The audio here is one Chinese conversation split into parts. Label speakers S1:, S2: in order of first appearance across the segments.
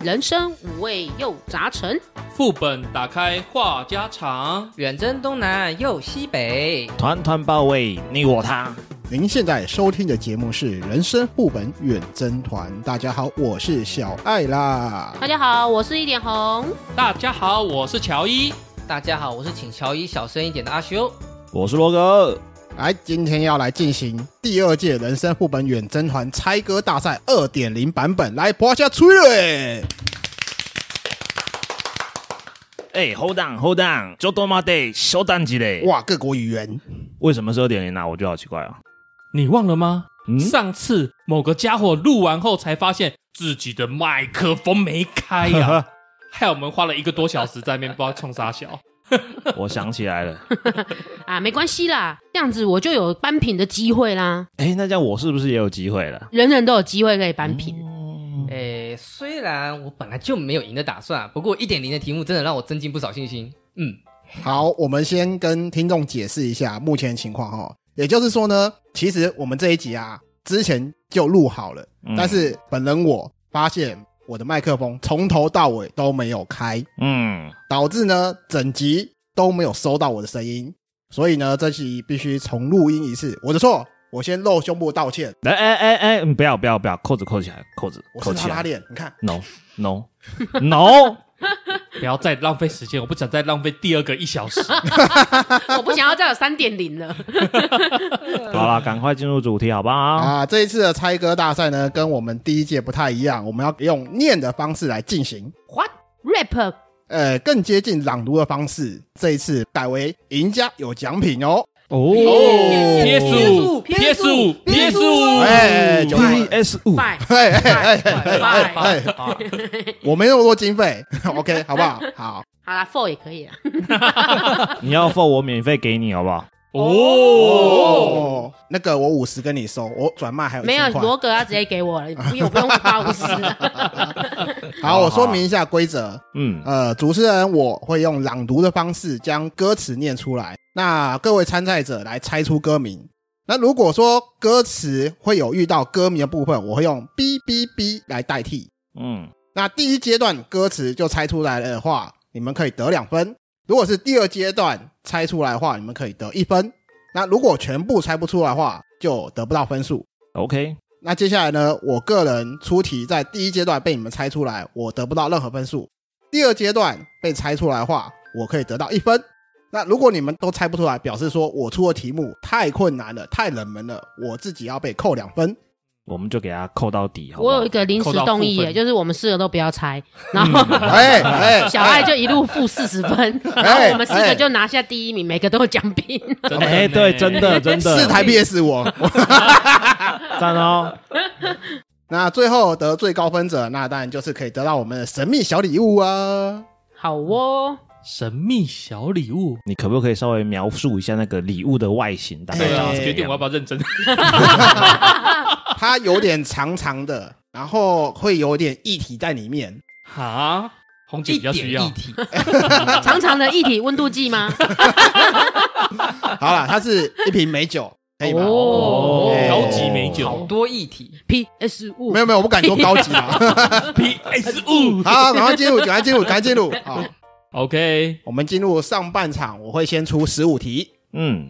S1: 人生五味又杂陈，
S2: 副本打开话家常，
S3: 远征东南又西北，
S4: 团团包围你我他。
S5: 您现在收听的节目是《人生副本远征团》，大家好，我是小爱啦。
S1: 大家好，我是一点红。
S2: 大家好，我是乔伊。
S3: 大家好，我是请乔伊小声一点的阿修。
S4: 我是罗哥，
S5: 来，今天要来进行第二届人生副本远征团猜歌大赛二点零版本，来，拔下吹嘞！
S4: 哎、h o l d on，hold on，就多嘛得稍等一下。
S5: 哇，各国语言，
S4: 为什么是二点零呢？我觉得好奇 怪啊。
S2: 你忘了吗？
S4: 嗯
S2: 上次某个家伙录完后才发现自己的麦克风没开呀、 害我们花了一个多小时在面包冲傻小。
S4: 我想起来了，
S1: 啊，没关系啦，这样子我就有扳平的机会啦。
S4: 哎、那这样我是不是也有机会了？
S1: 人人都有机会可以扳平。
S5: 嗯
S3: 诶，虽然我本来就没有赢的打算，不过一点零的题目真的让我增进不少信心。嗯，
S5: 好，我们先跟听众解释一下目前情况哈。也就是说呢，其实我们这一集啊，之前就录好了，
S4: 嗯
S5: 但是本人我发现我的麦克风从头到尾都没有开，
S4: 嗯，
S5: 导致呢整集都没有收到我的声音，所以呢这集必须重录音一次。我的错，我先露胸部道歉，
S4: 哎哎哎哎，嗯不要不要不要，扣子扣起来，扣子
S5: 我
S4: 扣
S5: 是
S4: 起
S5: 拉拉
S4: 来。
S5: 链，你看
S4: No no no，
S2: 不要再浪费时间，我不想再浪费第二个一小 时。
S1: 我不想要再有三点零了。
S4: 好啦，赶快进入主题好不好？
S5: 啊，这一次的猜歌大赛呢，跟我们第一届不太一样，我们要用念的方式来进行，
S1: What rap？
S5: 呃，更接近朗读的方式。这一次改为赢家有奖品哦，
S4: 哦
S2: 撇数，撇数，撇数。
S5: 哎哎九百
S4: PS 五，
S1: 拜
S5: 嘿嘿
S1: 拜
S5: 嘿
S1: 拜
S5: 嘿哎
S1: 拜。
S5: 我没那么多经费 ，OK，好不好？好，
S1: 好啦 f o r 也可以啦。
S4: 你要付我免费给你好不好？
S2: 哦，
S5: 哦，那个我五十跟你收，我转卖还有
S1: 没有
S5: 1000块
S1: 罗格要直接给我了，不用不用花五十。啊
S5: 好，我说明一下规则。
S4: 嗯，
S5: 呃，主持人我会用朗读的方式将歌词念出来，那各位参赛者来猜出歌名。那如果说歌词会有遇到歌名的部分，我会用哔哔哔来代替。
S4: 嗯，
S5: 那第一阶段歌词就猜出来的话，你们可以得两分；如果是第二阶段猜出来的话，你们可以得一分。那如果全部猜不出来的话，就得不到分数。
S4: OK，
S5: 那接下来呢，我个人出题在第一阶段被你们猜出来，我得不到任何分数；第二阶段被猜出来的话，我可以得到一分。那如果你们都猜不出来，表示说我出的题目太困难了，太冷门了，我自己要被扣两分。
S4: 我们就给他扣到底好不
S1: 我
S4: 好？
S1: 有一个临时动议
S2: 扣到负
S1: 耶，
S2: 分
S1: 就是我们四个都不要猜，然后
S5: 哎哎，
S1: 小爱就一路负四十分，然后我们四个就拿下第一名，每个都有奖品。
S2: 真的
S4: 哎、
S2: 呢
S4: 对，真 的真的，
S5: 四台 PS 我。
S4: 赞哦。
S5: 那最后得最高分者，那当然就是可以得到我们的神秘小礼物啊。
S1: 好哦，
S2: 神秘小礼物。
S4: 你可不可以稍微描述一下那个礼物的外形？大概
S2: 对啊，
S4: 长
S5: 哎
S4: 什么
S2: 决定我要
S4: 样
S2: 不要认真。
S5: 它有点长长的，然后会有点液体在里面。
S2: 哈，红姐
S3: 一
S2: 比较
S3: 点
S2: 需
S3: 一
S2: 要。
S3: 体，
S1: 长长的一体温度计 吗？
S5: 好啦，它是一瓶美酒，可以吗？
S1: 哦
S5: 哎
S2: 高级美
S3: 好
S2: 酒
S3: 多一体。
S1: PS 五
S5: 没有没有，我不敢说高级啦。
S2: PS 五。
S5: 好，赶快进入，赶快进入，赶快进入。好，
S2: OK，
S5: 我们进入上半场，我会先出十五题。
S4: 嗯，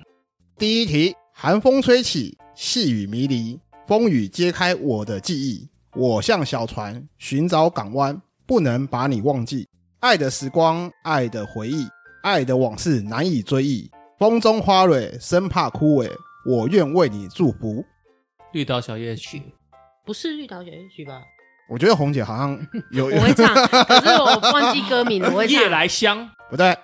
S5: 第一题：寒风吹起，细雨迷离，风雨揭开我的记忆。我像小船寻找港湾，不能把你忘记。爱的时光，爱的回忆，爱的往事难以追忆。风中花蕊生怕枯萎，我愿为你祝福。
S2: 绿岛小夜曲。
S1: 不是绿岛小夜曲吧？
S5: 我觉得红姐好像哦有
S1: 我会唱，可是我忘记歌名了。我会唱
S2: 夜来香，
S5: 不对，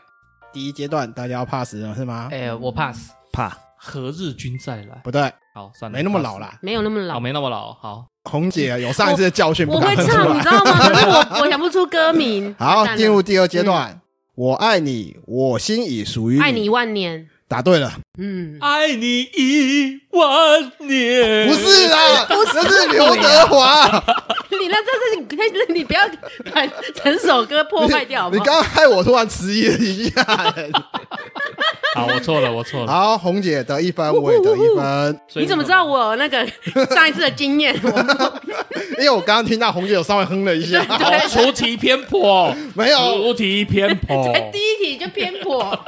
S5: 第一阶段大家要 pass 了是吗？
S3: 哎，我 pass。
S4: 怕
S2: 何日君再来？
S5: 不对，
S2: 好，算了，
S5: 没那么
S2: pass
S5: 老。啦。
S1: 没有那么
S2: 好，哦
S1: 老。
S2: 没那么老。好，
S5: 红姐有上一次的教训，不
S1: 嗯我会
S5: 敢喷出
S1: 唱，你
S5: 来。
S1: 知道吗？可是我我想不出歌名。完蛋
S5: 好，
S1: 了
S5: 进入第二阶段。我爱你，我心已属于
S1: 嗯爱你一万年。
S5: 答对了，
S1: 嗯，
S2: 爱你一万年。
S5: 啊不是啦，不是刘德华，
S1: 你那这是你，那那你不要把整首歌 破坏掉好不
S5: 你
S1: 好？
S5: 刚刚害我突然迟疑了 一下。
S2: 好，我错了，我错了。
S5: 好，红姐得一分，我也得一分，
S2: 所以
S1: 你怎么知道我有那 个上一次的经验？我
S5: 哦因为我刚刚听到红姐有稍微哼了一下，
S2: 好出题偏颇，
S5: 没有。
S2: 出题偏颇。
S1: 在 哎第一题就偏
S2: 哦
S1: 颇，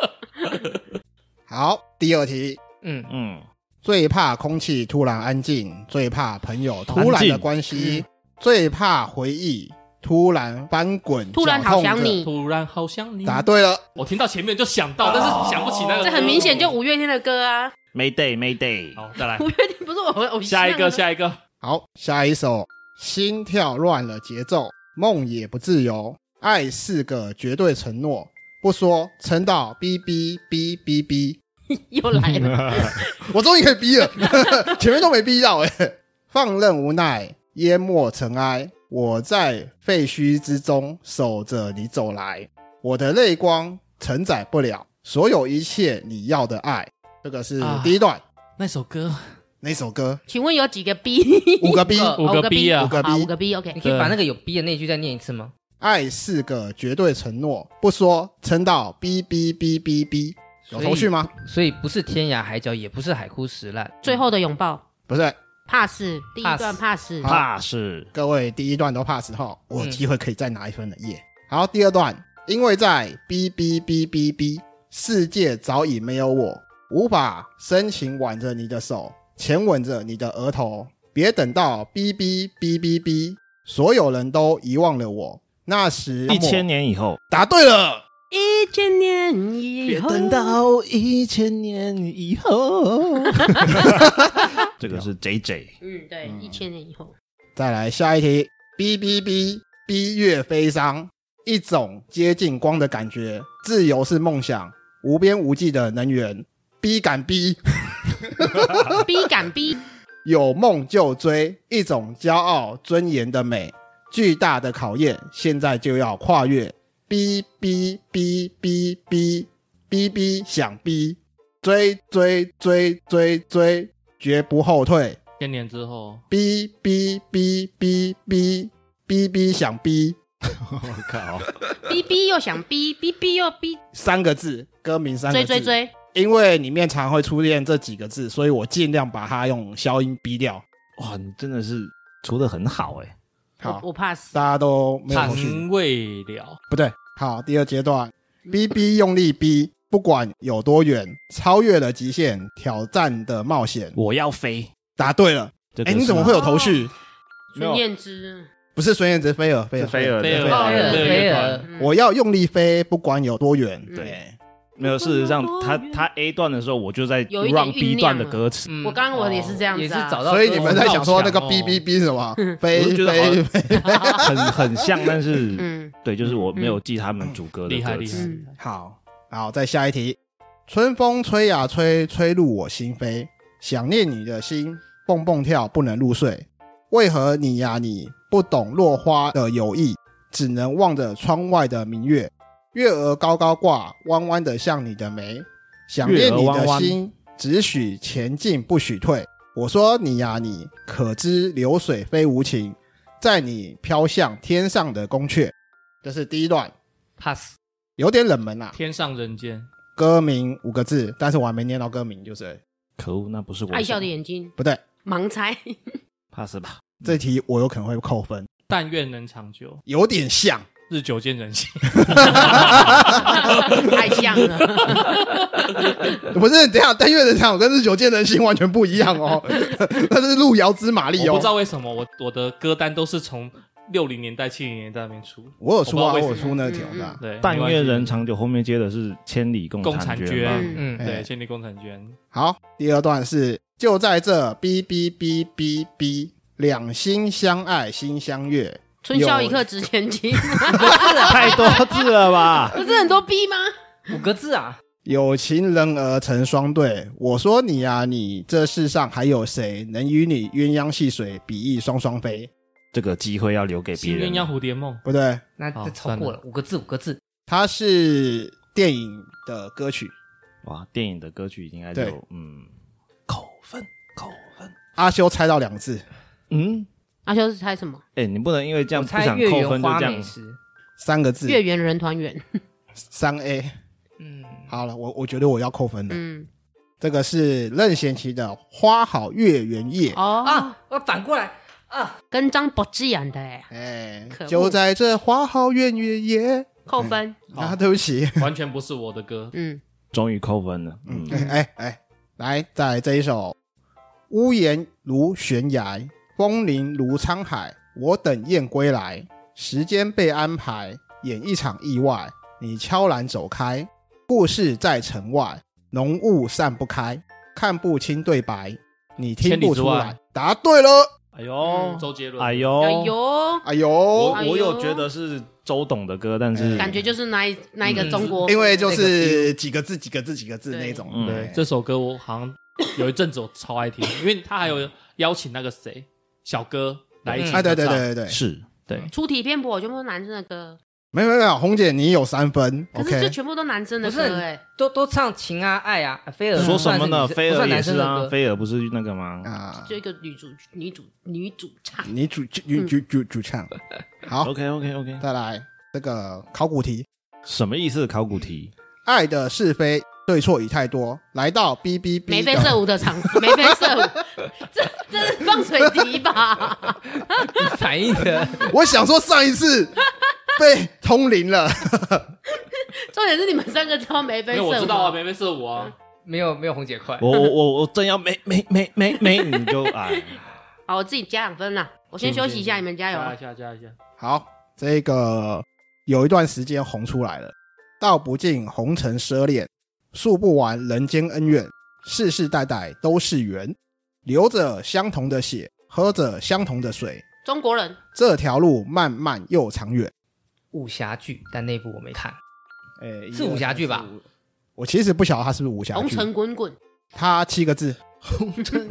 S5: 好，第二题，
S3: 嗯，
S4: 嗯，
S5: 最怕空气突然安静，最怕朋友突然的关
S1: 嗯
S5: 系，最怕回忆突然翻滚，
S1: 突然好想
S5: 绞痛
S1: 你，
S2: 突然好想你
S5: 着。，答对了，
S2: 我听到前面就想到，但是想不起那个歌。
S1: 哦这很明显就五月天的歌啊。
S4: 没 day 没 day，
S2: 好，再来
S1: 五月天不是 我偶像啊吗
S2: 下一个，下一个。
S5: 好，下一首，心跳乱了节奏，梦也不自由，爱是个绝对承诺，不说撑到哔哔哔哔哔，
S1: 又来了，
S5: 我终于可以逼了， 前面都没逼到哎、放任无奈，淹没尘埃，我在废墟之中守着你走来，我的泪光承载不了所有一切你要的爱。这个是第一段，
S2: 那首歌
S5: 哪首歌？
S1: 请问有几个 B？
S5: 五个 B，
S3: 五个
S2: 五个 B
S1: 哦五
S2: 啊，
S5: 个 B
S1: 好，五个 B，OK
S3: 你。可以把那个有 B 的那句再念一次吗？
S5: 爱是个绝对承诺，不说撑到哔哔哔哔哔，有头绪吗？
S3: 所以不是天涯海角，也不是海枯石烂，
S1: 最后的拥抱
S5: 不是，
S1: ，pass，第一段 pass，
S5: 好
S4: 怕是
S5: 各位第一段都 pass 哈，我有机会可以再拿一分的耶。
S4: 嗯
S5: 好，第二段，因为在哔哔哔哔哔，世界早已没有我，无法深情挽着你的手，浅吻着你的额头，别等到哔哔哔哔哔，所有人都遗忘了我，那时
S4: 一千年以后，
S5: 答对了，
S1: 一千年以后，
S4: 到一千年以 后，这个是 J J，
S1: 嗯，对，一千年以后，
S5: 再来下一题，哔哔哔，逼越悲伤，一种接近光的感觉，自由是梦想，无边无际的能源，逼赶逼，
S1: 逼赶逼，
S5: 有梦就追，一种骄傲尊严的美，巨大的考验，现在就要跨越，逼逼逼逼逼逼逼想逼，追追追追追，绝不后退，
S2: 千年之后，
S5: 逼逼逼逼逼逼逼想逼。
S4: 我靠，
S1: 逼逼又想逼，逼逼又逼，
S5: 三个字，歌名三个
S1: 追
S5: 字。
S1: 追追，
S5: 因为里面常会出现这几个字，所以我尽量把它用消音逼掉。
S4: 哇，你真的是出的很好哎，
S1: 我
S5: 好，
S1: 我 pass，
S5: 大家都没有头绪，
S2: 谈未了，
S5: 不对。好，第二阶段，逼逼用力逼，不管有多远，超越了极限，挑战的冒险。
S4: 我要飞，
S5: 答对了，
S4: 这个
S5: 哎，你
S4: 是
S5: 怎么会有头
S1: 哦
S5: 绪？
S1: 孙燕姿，
S5: 不是孙燕姿，菲儿，菲儿，
S4: 是飞
S5: 儿。
S4: 蛾
S2: 飞
S4: 的
S2: 蛾
S1: 飞蛾
S2: 飞
S3: 飞
S2: 蛾
S3: 蛾
S1: 嗯
S5: 我要用力飞，不管有多远。
S1: 嗯
S5: 对，
S4: 没有，事实上，他他 A 段的时候，我就在
S1: 有一点
S4: run
S1: 酝
S4: B
S1: 酿啊
S4: 段的
S1: 了
S4: 歌词，
S3: 嗯
S1: 我刚刚我也是这样子啊
S3: 也是找到歌，
S5: 所以你们在想说那个
S2: 哦
S5: 逼逼逼是什么？飞
S4: 哦我就觉得好
S5: 飞
S4: 像
S5: 飞。
S4: 很很像，但是
S1: 嗯
S4: 对，就是我没有记他们主歌的
S2: 厉害
S4: 歌
S2: 厉害
S4: 词。
S1: 嗯，
S5: 好，好，再下一题。春风吹呀吹，吹入我心扉，想念你的心蹦蹦跳，不能入睡。为何你呀你不懂落花的友谊，只能望着窗外的明月，月儿高高挂，弯弯的像你的眉。想念你
S4: 月儿
S5: 的
S4: 弯弯
S5: 心，只许前进不许退。我说你呀你，可知流水非无情，在你飘向天上的宫阙。这是第一段，
S3: pass
S5: 有点冷门啊。
S2: 天上人间，
S5: 歌名五个字，但是我还没念到歌名，就是
S4: 可恶，那不是我
S1: 爱笑
S4: 想
S1: 的
S4: 的
S1: 眼睛，
S5: 不
S2: 嗯
S5: 对。
S1: 盲 猜，
S4: ，pass 吧。
S5: 这题我有可能会扣分，
S2: 但愿能长久，
S5: 有点像。
S2: 日久见人心。
S1: 太像了，
S5: 不是，等一下但愿人长跟日久见人心完全不一样 哦，那是路遥知马力
S2: 我
S5: 哦。
S2: 不知道为什么我我的歌单都是从六零年代、七零年代那边出。
S5: 我有出啊，
S2: 我不知道为
S5: 我有
S2: 什么
S5: 出
S2: 嗯
S5: 那条的啊。
S2: 对，
S4: 但
S2: 没关系
S4: 愿人长久，后面接的是千里共
S2: 共婵
S4: 娟嘛。
S2: 娟，
S1: 嗯，
S3: 嗯，
S5: 哎
S2: 对，千里共婵娟。
S5: 好，第二段是就在这哔哔哔哔哔，两心相爱心相悦，
S1: 春宵一刻值千金，
S3: 啊
S4: 太多字了吧？
S1: 不是很多 B 吗？
S3: 五个字啊，
S5: 有情人儿成双对。我说你呀、你这世上还有谁能与你鸳鸯戏水，比翼双双飞？
S4: 这个机会要留给别
S2: 新鸳
S4: 人。
S2: 鸯蝴蝶梦，
S5: 不对，
S3: 那
S2: 好
S4: 哦
S3: 这超过了五个字，五个字，
S5: 它是电影的歌曲，
S4: 哇，电影的歌曲应该
S5: 对
S4: 就嗯，扣分扣分。
S5: 阿修猜到两个字，
S4: 嗯，
S1: 阿修是猜什么？
S4: 哎，你不能因为这
S3: 我
S4: 样不
S3: 猜
S4: 想
S3: 月
S4: 扣
S3: 圆
S4: 分就
S3: 花
S4: 这
S3: 美
S4: 样。
S3: 食，
S5: 三个字，
S1: 月圆人团圆。
S5: 三 A。
S3: 嗯，
S5: 好了，我我觉得我要扣分了。
S1: 嗯，
S5: 这个是任贤齐的《花好月圆夜》。
S1: 哦，
S3: 啊，我反过来，
S1: 跟张柏芝演的哎，
S5: 哎
S1: 可，恶
S5: 就在这花好月圆夜。
S1: 扣分。
S5: 啊，对不起，
S2: 完全不是我的歌。
S1: 嗯，
S4: 终于扣分了，嗯
S5: 嗯，，哎哎哎，来，再来这一首。屋檐如悬崖，风铃如沧海。我等雁归来，时间被安排，演一场意外。你悄然走开，故事在城外，浓雾散不开，看不清对白，你听
S2: 千里
S5: 不出
S2: 之
S5: 来
S2: 外。
S5: 答对了，
S4: 哎呦，
S2: 周杰伦，
S4: 哎
S5: 哦
S1: 哎
S4: 呦，
S1: 呦，
S5: 哎呦
S4: 我，
S1: 哎呦
S4: 我有觉得是周董的歌，但
S2: 嗯
S4: 是
S1: 感觉就是那一那一个
S3: 嗯
S1: 中国，
S5: 因为就
S3: 那个
S5: 是几个字、几个字、几个字
S1: 对
S5: 那种。
S4: 嗯
S5: 对，
S2: 这首歌我好像有一阵子我超爱听，因为他还有邀请那个谁小哥来一起
S5: 哎，
S2: 合
S5: 对对
S2: 唱
S5: 对对对，
S4: 是对，
S1: 出题偏颇，我全部都男生的歌，
S5: 没有没有没有，红姐你有三分
S1: 可是这
S5: ，OK，
S1: 全部都男生的
S3: 不是
S1: 歌哎，
S3: 都都唱情啊爱啊，飞儿
S4: 说什么呢？
S3: 飞
S4: 菲儿也是
S3: 是男生
S4: 啊，
S3: 的歌
S4: 菲儿不是那个吗？
S5: 啊，
S1: 就一个女主女主女主唱，
S5: 你主女
S1: 嗯
S5: 主主主唱，好，
S4: OK OK OK，
S5: 再来这个考古题，
S4: 什么意思？考古题，
S5: 爱的是非对错已太多，来到 B B
S1: 眉
S5: B
S1: 飞色
S5: 的
S1: 舞的 场，眉飞色舞，这这是放水题 吧？
S3: 反应的，
S5: 我想说上一次 被通灵了，
S1: 重点是你们三个知道眉飞
S2: 没
S1: 色
S2: 有
S1: 舞吗，
S2: 我知道啊，梅梅是我啊，
S3: 没有没有红姐快，
S4: 我我我我正要没没没没没，你就哎，
S1: 好，我自己加两分啦，我先休息一下，你们加油
S2: 嗯加
S1: 啊
S2: 一！下加一下，
S5: 好，这个有一段时间红出来了，道不尽红尘奢恋，诉不完人间恩怨，世世代代都是缘，流着相同的血，喝着相同的水，
S1: 中国人
S5: 这条路漫漫又长远。
S3: 武侠剧，但那部我没看，
S5: 哎、
S3: 是武侠剧吧？
S5: 我其实不晓得它是不是武侠
S1: 红
S5: 剧，
S1: 尘滚 滚，
S5: 它七个字，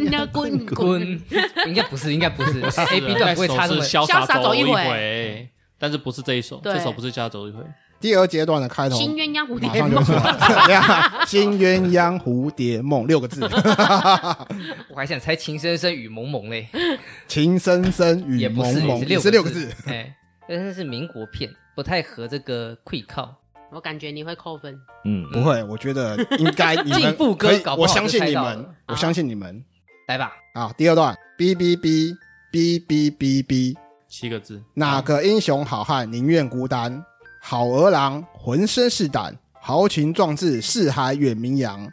S1: 那滚
S3: 滚
S1: 滚，，
S3: 应该不是，应该不是
S2: 是啊
S3: ，A
S2: 的
S3: B 段不会
S2: 那首
S3: 差这么
S2: 是，潇
S1: 潇洒
S2: 洒
S1: 走
S2: 走
S1: 一回
S2: 回，但是不是这一首，
S1: 对
S2: 这首不是潇洒走一回，
S5: 第二阶段的开头。
S1: 新鸳鸯蝴
S5: 马
S1: 蝶
S5: 上就出
S1: 梦，
S5: 来了 呀，新鸳鸯蝴蝶梦六个字，
S3: 我还想猜情深深雨蒙蒙嘞，
S5: 情深深雨
S3: 也不是，
S5: 蒙蒙，
S3: 也
S5: 是
S3: 是
S5: 六
S3: 六
S5: 个
S3: 个
S5: 字
S3: 字，，哎，但是是民国片，不太合这个会靠，
S1: 我感觉你会扣分。
S4: 嗯，
S5: 不会，我觉得应该 你
S3: 进
S5: 们
S3: 步歌
S5: 可以
S3: 搞，不
S5: 我
S3: 好
S5: 相
S3: 就
S5: 信
S3: 猜
S5: 你
S3: 到
S5: 们
S3: 了，
S5: 我相信你们
S3: 来吧，
S5: 啊。第二段，b b b b b b b，
S2: 七个字，啊
S5: 哪个英雄好汉宁愿孤单？好儿郎浑身是胆，豪情壮志四海远名扬。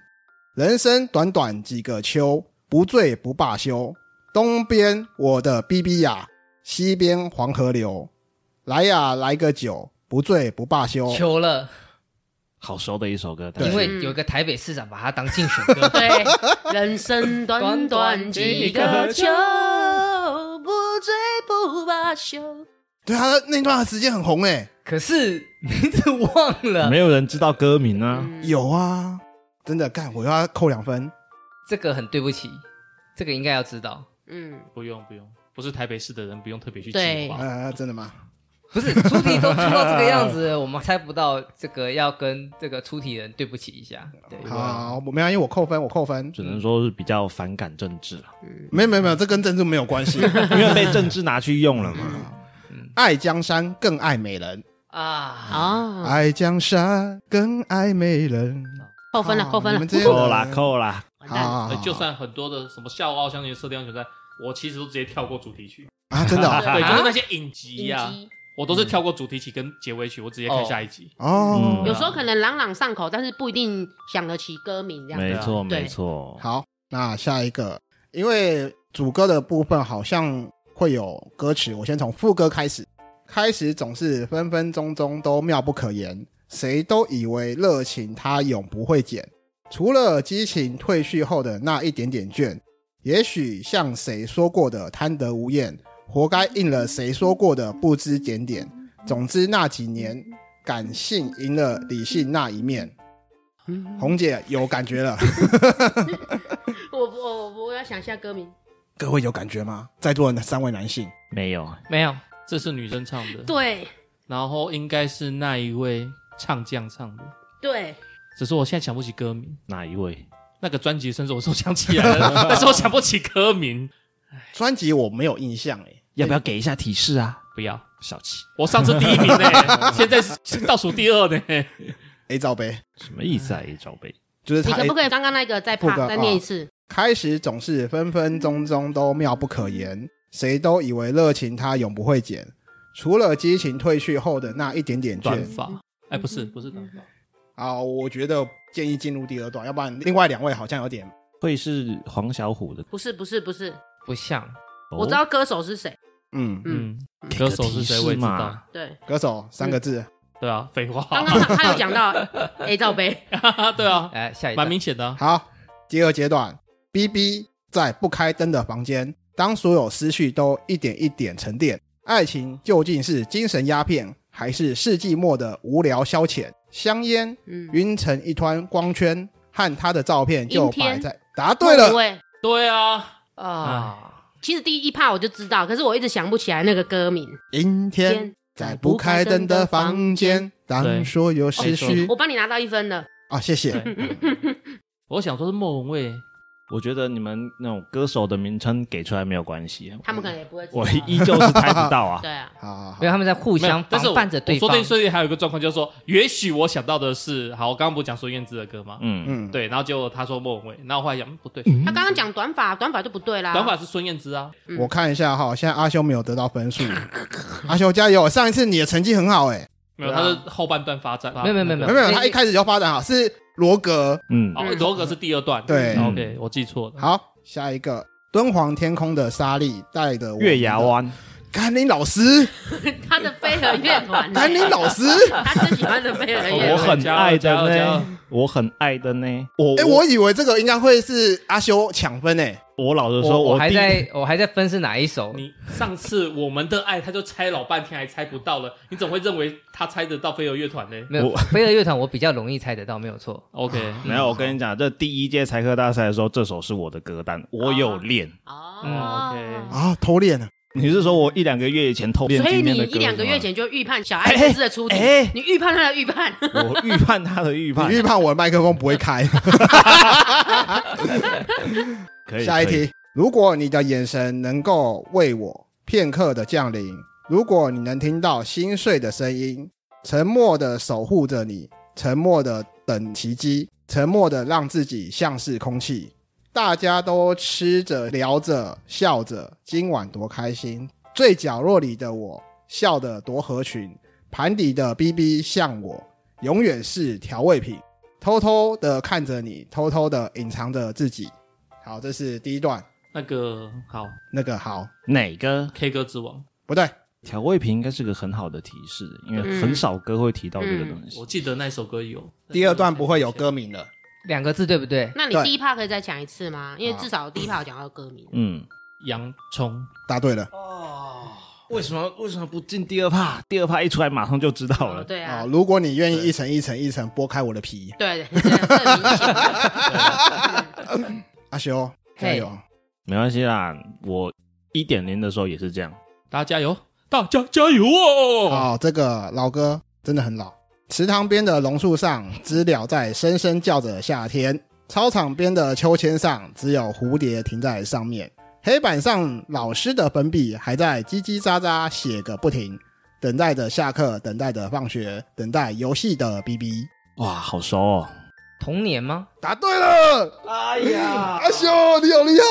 S5: 人生短短几个秋，不醉不罢休。东边我的 B B 呀，西边黄河流。来呀，来个酒，不醉不罢休。
S3: 求了，
S4: 好熟的一首歌，但
S5: 哦对
S3: 因
S4: 是
S3: 为
S1: 嗯
S3: 有一个台北市长把它当竞选歌，
S1: 对，人生短短几个秋，不醉不罢休。
S5: 对啊，那段时间很红诶、
S3: 可是名字忘了
S4: 没，有人知道歌名啊。
S1: 嗯
S5: 有啊，真的干，我要扣两分。
S3: 这个很对不起，这个应该要知道。
S1: 嗯，
S2: 不用不用，不是台北市的人不用特别去
S1: 对
S2: 记，
S3: 嗯
S2: 好不好？
S5: 呃，真的吗？
S3: 不是出题都出到这个 样子，我们猜不到这个，要跟这个出题人对不起一下。对，
S5: 好，我没关系，我扣分，我扣分。
S4: 只能说是比较反感政治啊，
S5: 没有没有没有，这跟珍珠没有关 系。
S4: 因为被政治拿去用 了嘛。
S5: 爱江山更爱美人，
S3: 啊，
S1: 啊，
S5: 爱江山更爱美人。
S1: 扣分了，扣分
S5: 啊
S1: 了
S5: 你们，这些
S4: 扣啦扣啦，
S1: 完蛋了。
S5: 啊
S2: 呃，就算很多的什么《笑傲江湖》《射雕英雄传》，我其实都直接跳过主题曲，
S5: 啊，真的哦
S2: 对，就是
S3: 啊
S2: 那些影集呀，
S1: 音机
S2: 我都是跳过主题曲跟结尾曲，我直接看下一集。
S5: 哦，
S4: 嗯
S1: 有时候可能朗朗上口，但是不一定想得起歌名这样。
S4: 没错
S1: 对
S4: 没错。
S5: 好，那下一个，因为主歌的部分好像会有歌词，我先从副歌开始。开始总是分分钟钟都妙不可言，谁都以为热情它永不会减，除了激情褪去后的那一点点倦。也许像谁说过的贪得无厌，活该应了谁说过的不知检点。总之那几年，感性赢了理性那一面。红姐有感觉了。
S1: 我我我我要想一下歌名。
S5: 各位有感觉吗？在座的三位男性，
S4: 没有，
S3: 没有，
S2: 这是女生唱的，
S1: 对
S2: 然后应该是那一位唱将唱的，
S1: 对，
S2: 只是我现在想不起歌名。
S4: 哪一位？
S2: 那个 专辑甚至我都想起来了，但是我想不起歌名。
S5: 专辑我没有印象哎、
S4: 要不要给一下提示啊？
S2: 不要，
S4: 小气，
S2: 我上次第一名呢、 现在是倒数第二呢、
S5: A 罩杯，
S4: 什么意思啊？一罩杯，
S5: 就是
S1: 你
S5: 他
S1: 可不可以刚刚那个再
S5: 不哦
S1: 怕
S5: 可
S1: 再念一次？
S5: 开始总是分分钟钟都妙不可言，谁都以为热情它永不会减，除了激情褪去后的那一点点
S2: 短
S5: 倦。
S2: 发，哎、不是，不是短发，
S5: 好，我觉得建议进入第二段，要不然另外两位好像有点
S4: 会是黄小虎的。
S1: 不是不是不是，
S3: 不像，
S5: 哦
S1: 我知道歌手是谁。
S5: 嗯，
S1: 嗯
S2: 嗯，
S4: 给
S2: 歌
S4: 个
S2: 手是
S4: 提
S2: 谁
S4: 示
S2: 我也知道
S4: 嘛，
S1: 对，
S5: 歌手三个字，
S2: 对啊，废话，
S1: 刚刚他他有讲到 A 罩 杯，
S2: 对啊，
S3: 来下一
S2: 蛮
S3: 段，
S2: 明显的啊、
S5: 好，第二阶段，B B 在不开灯的房间，当所有思绪都一点一点沉淀，爱情究竟是精神鸦片，还是世纪末的无聊消遣？香烟
S1: 嗯，
S5: 晕成一团光圈，和他的照片就
S1: 阴天
S5: 摆在。答对了，
S1: 对
S2: 对啊，
S1: 哦
S3: 啊，
S1: 其实第一趴我就知道，可是我一直想不起来那个歌名。
S5: 阴天。在不开灯的房间，当所有思绪
S1: 我帮哦你拿到一分了。
S5: 啊，谢谢。
S2: 我想说是莫文蔚，
S4: 我觉得你们那种歌手的名称给出来没有关系，
S1: 他们可能也不会知道。
S4: 我依旧是猜不 到啊。
S1: 对啊，
S5: 好好好
S3: 因为，他们在互
S2: 没有
S3: 相
S2: 但是
S3: 防
S2: 我
S3: 范着对
S2: 我
S3: 方
S2: 说。对，所以还有一个状况就是说，也许我想到的是，好，我刚刚不是讲孙燕姿的歌吗？
S4: 嗯，
S5: 嗯，
S2: 对，然后结果他说莫文蔚，然后我后来想、嗯、不对，
S1: 他刚刚讲短发，短发就不对啦。
S2: 短发是孙燕姿啊，
S1: 嗯
S5: 我看一下哈，现在阿修没有得到分数，阿修加油！上一次你的成绩很好哎，
S2: 没有，
S5: 对啊
S2: 他是后半段发展，啊
S3: 没有没有没有
S5: 没有没有，他一开始就发展好，是罗格。
S4: 嗯，
S2: 哦，罗格是第二段，
S5: 对
S2: 嗯，OK，我记错了，
S5: 好，下一个敦煌天空的沙粒带的
S4: 月牙，湾，
S5: 甘霖 老师，
S1: 他的飞儿乐团，
S5: 甘霖老师，
S1: 他最喜欢的飞
S2: 哦
S1: 儿乐
S4: 我
S1: 团。
S4: 很爱的
S2: 加油加油
S4: 呢，我很爱的呢。我
S5: 哎，我以为这个应该会是阿修抢分哎，
S4: 我老实说，
S3: 我我还
S4: 第一
S3: 在我还在分是哪一首，
S2: 你上次我们的爱，他就猜老半天还猜不到了，你怎么会认为他猜得到飞儿乐团呢
S3: 没有
S4: 我
S3: 飞儿乐团我比较容易猜得到，没有错。
S2: ？OK，
S4: 没有，我跟你讲，这第一届才科大赛的时候，这首是我的歌单，我有练。
S1: 哦
S2: 嗯，OK
S5: 啊，偷练了。你
S4: 你是说我一两个月以前偷练
S1: 所以
S4: 今
S1: 你
S4: 天的歌？
S1: 一两个月，前就预判小爱
S4: 哎
S1: 公司的出题
S4: 哎，
S1: 你预判他的预判，
S4: 我预判他的预判
S5: 你，预判我的麦克风不会开。
S4: 可以。
S5: 下一
S4: 可以，
S5: 题，如果你的眼神能够为我片刻的降临，如果你能听到心碎的声音，沉默的守护着你，沉默的等奇迹，沉默的让自己像是空气。大家都吃着、聊着、笑着，今晚多开心。最角落里的我，笑得多合群。盘底的 BB 像我，永远是调味品。偷偷的看着你，偷偷的隐藏着自己。好，这是第一段。
S2: 那个好
S5: 那个好，
S4: 哪个
S2: ，K 歌之王，
S5: 不对，
S4: 调味品应该是个很好的提示，因
S1: 嗯
S4: 为很少歌会提到这个东西
S2: 我。记得那首歌有，
S5: 第二段不会有歌名了。
S3: 两个字对不对？
S1: 那你
S5: 对
S1: 第一趴可以再讲一次吗？因为至少第一趴有讲到歌名。
S4: 嗯，
S2: 洋葱，
S5: 答对了。
S4: 为什么为什么不进第二趴？第二趴一出来马上就知道
S1: 哦
S4: 了。
S1: 对啊
S5: 哦，，如果你愿意一层一层一层剥开我的皮，
S1: 对对，这很明显
S5: 阿修加
S3: 嘿
S5: 油！
S4: 没关系啦，我一点零的时候也是这样。
S2: 大家加油，大家加油哦！
S5: 哦，这个老歌真的很老。池塘边的榕树上，知了在声声叫着夏天；操场边的秋千上，只有蝴蝶停在上面。黑板上老师的粉笔还在叽叽喳喳写个不停，等待着下课，等待着放学，等待游戏的 BB。
S4: 哇，好熟哦！
S3: 童年吗？
S5: 答对了！
S3: 哎呀
S5: 阿修，你好厉害！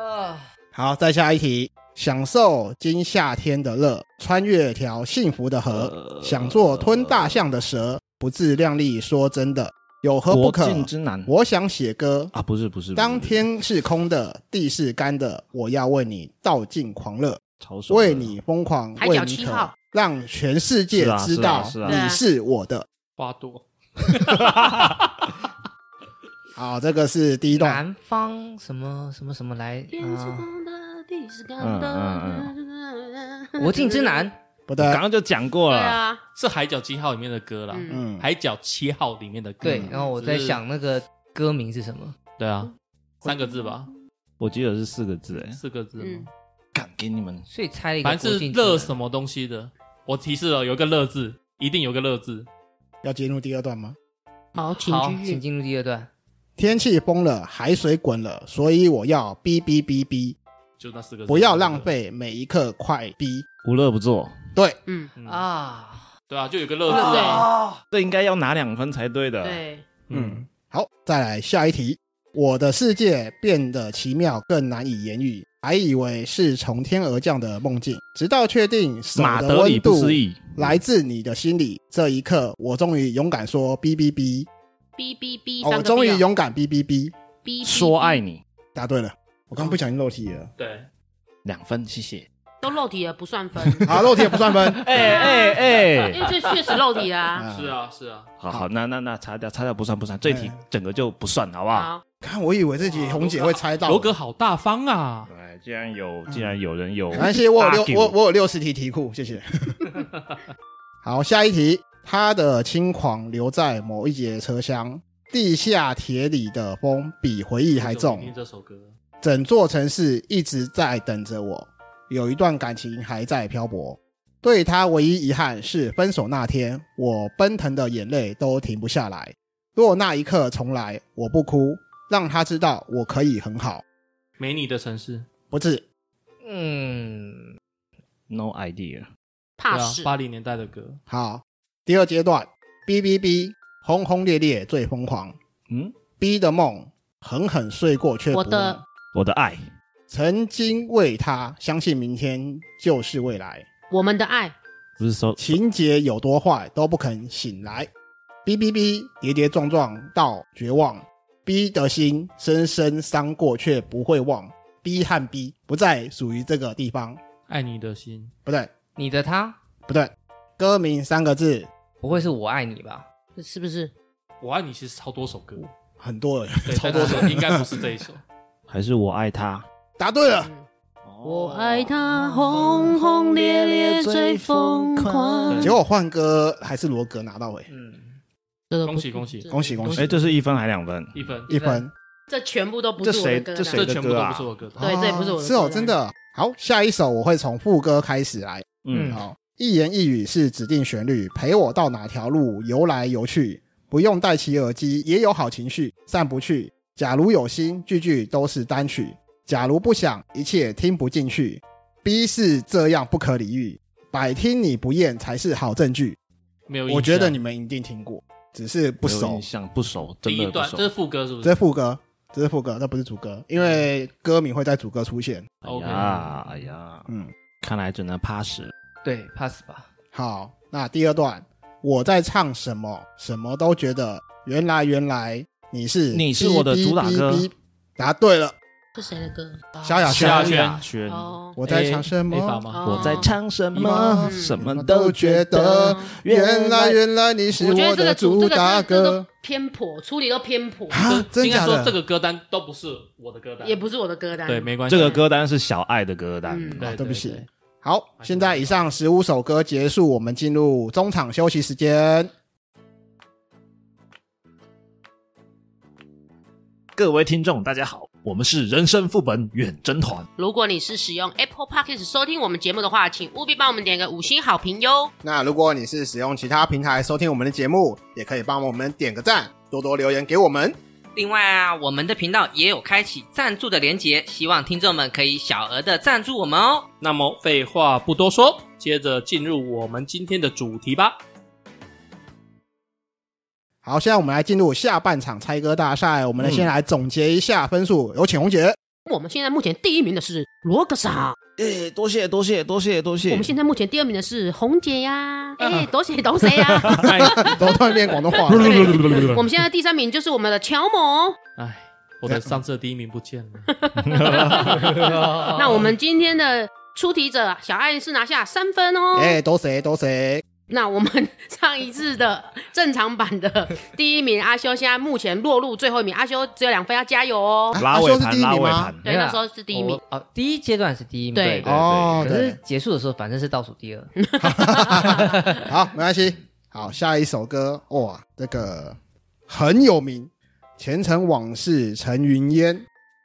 S3: 啊！
S5: 好，再下一题。享受今夏天的热，穿越条幸福的河，
S4: 呃
S5: 想做吞大象的蛇，不自量力。说真的，有何不
S4: 国
S5: 可？
S4: 境之南
S5: 我想写歌，
S4: 啊，不是不是，不是
S5: 当天是空的，地是干的，我要为你道尽狂热，
S4: 超熟的
S5: 为你疯狂，
S1: 海
S5: 为
S1: 角
S5: 你
S1: 七
S5: 渴
S1: 号，
S5: 让全世界
S4: 是啊
S5: 知
S4: 是啊
S5: 道
S4: 是啊
S5: 你是我的。
S2: 花朵，
S5: 好，这个是第一段。
S3: 南方什么什么什么来
S1: 天是
S3: 啊？
S1: 光的，地是干
S4: 嗯
S1: 的。
S3: 国境之
S2: 嗯
S3: 南，
S5: 不对
S4: 我，刚刚就讲过
S1: 对
S4: 了。
S1: 啊，
S2: 是《海角七号》里面的歌啦，
S1: 嗯，
S5: 嗯，
S2: 海角七号》里面的歌，
S3: 对。然后我在想那个歌名是什么？
S2: 对啊，三个字吧，
S3: 嗯
S4: 我记得是四个字，哎，
S2: 四个字吗
S1: 嗯？
S4: 敢给你们
S3: 所以猜了一个
S2: 反正
S3: 国
S2: 是
S3: 境之
S2: 乐
S3: 南
S2: 什么东西的，我提示了，有一个乐字，一定有个乐字。
S5: 要进入第二段吗？
S1: 好，
S2: 好
S1: 请继
S3: 请
S1: 续。
S3: 进入第二段。
S5: 天气疯了，海水滚了，所以我要哔哔哔哔。
S2: 就那四个字，
S5: 不要浪费每一刻快逼。
S4: 无乐不作，
S5: 对，
S1: 嗯，
S2: 嗯
S3: 啊，
S2: 对啊，就有个乐字
S1: 对
S2: 啊，
S4: 这应该要拿两分才对的。
S1: 对，
S2: 嗯，
S5: 嗯，好，再来下一题。我的世界变得奇妙，更难以言喻，还以为是从天而降的梦境，直到确定手
S4: 马
S5: 的
S4: 德里
S5: 温
S4: 不
S5: 度
S4: 思议，
S5: 来自你的心里。这一刻，我终于勇敢说哔哔哔，
S1: 哔哔哔，
S5: 哦我终于勇敢哔哔哔，
S1: 哔
S4: 说爱你
S5: 答对了。我刚不小心漏题了，
S2: 对，
S4: 两分，谢谢。
S1: 都漏题了，不算分，
S5: 好，漏题也不算分。
S4: 哎哎
S1: 因
S4: 哎，
S1: 为这确实漏题啦。
S5: 啊
S2: 是，啊是啊，
S4: 好好，那那那擦掉，擦掉不算不算，这题
S5: 哎
S4: 整个就不算，好不好？
S1: 好，
S5: 看我以为这集红姐会猜到，
S2: 罗格好大方啊，
S4: 哎，既然有，既然有人有，
S5: 没关系，我有
S4: argue
S5: 六我我有六十题题库，谢谢。好，下一题，他的轻狂留在某一节车厢，地下铁里的风比回忆还
S2: 听
S5: 重，
S2: 这首歌，
S5: 整座城市一直在等着我，有一段感情还在漂泊。对他唯一遗憾是分手那天，我奔腾的眼泪都停不下来。若那一刻重来，我不哭，让他知道我可以很好。
S2: 没你的城市，
S5: 不是，
S3: 嗯，
S4: no idea，
S1: 怕
S2: 对啊
S1: 死，
S2: 八零年代的歌，
S5: 好，第二阶段，B B B，轰轰烈烈最疯狂
S4: 嗯，
S5: ，B 的梦狠狠睡过却不
S1: 我
S5: 梦
S1: 的
S4: 我的爱，
S5: 曾经为他相信明天就是未来，
S1: 我们的爱，
S4: 不是说
S5: 情节有多坏都不肯醒来，B B B 跌跌撞撞到绝望，B 的心深深伤过却不会忘，B 和 B 不再属于这个地方，
S2: 爱你的心，
S5: 不对
S3: 你的他
S5: 不对，歌名三个字
S3: 不会是我爱你吧？
S1: 是不是？
S2: 我爱你其实超多首歌，
S5: 很多人
S2: 对，
S5: 哦超
S2: 但
S5: 多
S2: 是
S5: 人
S2: 应该不是这一首，
S4: 还是我爱他？
S5: 答对了。
S1: 嗯我爱他轰轰烈烈最疯狂
S5: 结果换歌还是罗格拿到诶、
S3: 嗯，
S1: 这个不
S2: 恭喜恭喜
S1: 这
S5: 恭喜恭喜
S4: 哎，这是一分还两分？
S2: 一分，
S5: 一分。
S1: 这全部都不是我的歌啦
S4: 这谁
S2: 这
S4: 的
S2: 全部
S4: 歌
S2: 都
S4: 啊
S2: 不是我的歌，
S1: 对这也不是我的歌啊
S5: 是哦，真的。好，下一首我会从副歌开始来。
S4: 嗯，
S5: 好、一言一语是指定旋律，陪我到哪条路游来游去，不用戴起耳机也有好情绪，散不去。假如有心，句句都是单曲；假如不想，一切听不进去。B 是这样不可理喻，百听你不厌才是好证据。
S2: 没有印象，
S5: 我觉得你们一定听过，只是不
S4: 没有
S5: 熟
S4: 印。象不熟，真
S2: 第
S4: 的
S2: 一
S4: 不
S2: 段这是
S4: 熟。
S2: 副歌是不
S5: 这是
S2: 是
S5: 副歌，这是副歌，那不是主歌，因为歌名会在主歌出现。
S2: ？OK，
S4: 哎呀，哎呀，
S5: 嗯，
S4: 看来只能 pass 了。
S3: 对，pass 吧。
S5: 好，那第二段我在唱什么，什么都觉得原来原来你是
S4: 你是我的主打歌
S5: 哔哔哔答对了，
S1: 是谁的歌？
S5: 萧亚轩
S2: 萧亚轩哎
S4: 亚轩，
S1: 哦，
S5: 我在唱什
S2: 没法
S5: 么，
S2: 吗？
S1: 哦
S4: 我在唱什么
S5: 嗯？
S4: 什
S5: 什
S4: 么
S5: 么
S4: 都
S5: 都
S4: 觉得
S5: 觉得。
S1: 嗯
S5: 原来原来你是
S1: 我觉得这个
S5: 的主
S1: 这个
S5: 打
S1: 这个都
S5: 歌
S1: 偏颇，处理都偏颇，
S5: 啊，真
S2: 应该
S5: 假
S2: 说
S5: 的？
S2: 这个歌单都不是我的歌单，
S1: 也不是我的歌单。
S2: 对，没关系，
S4: 这个歌单是小爱的歌单。
S1: 嗯
S2: 对
S5: 啊对不起
S2: 对
S5: 好，现在以上十五首歌结束，我们进入中场休息时间。
S4: 各位听众，大家好，我们是人生副本远征团。
S1: 如果你是使用 Apple Podcast 收听我们节目的话，请务必帮我们点个五星好评哟。
S5: 那如果你是使用其他平台收听我们的节目，也可以帮我们点个赞，多多留言给我们。
S3: 另外啊，我们的频道也有开启赞助的连结，希望听众们可以小额的赞助我 们哦。
S2: 那么废话不多说，接着进入我们今天的主题吧。
S5: 好，现在我们来进入下半场猜歌大赛，我们来先来总结一下分数，有请红姐。
S1: 我们现在目前第一名的是罗格莎，
S4: 哎，多谢多谢多谢多谢。
S1: 我们现在目前第二名的是红姐呀，哎，都谁都谁呀。
S2: 哎
S5: 怎么突然变广 东话了？
S1: 对我们现在第三名就是我们的乔某。
S2: 哎，我的上次的第一名不见了，
S1: 那我们今天的出题者小爱是拿下三分哦。
S5: 哎、都谁都谁？
S1: 那我们上一次的正常版的第一名阿修，现在目前落入最后一名，阿修只有两分，要加油哦。
S4: 拉尾盘，拉尾
S5: 阿修是
S4: 盘。
S1: 对，那时候是第一名
S3: 我。哦，第一阶段是第一名，
S1: 对
S4: 对
S5: 哦，
S3: 可是
S5: 对，
S3: 结束的时候反正是倒数第二。
S5: 好，没关系。好，下一首歌，哇，这个很有名，《前尘往事成云烟》，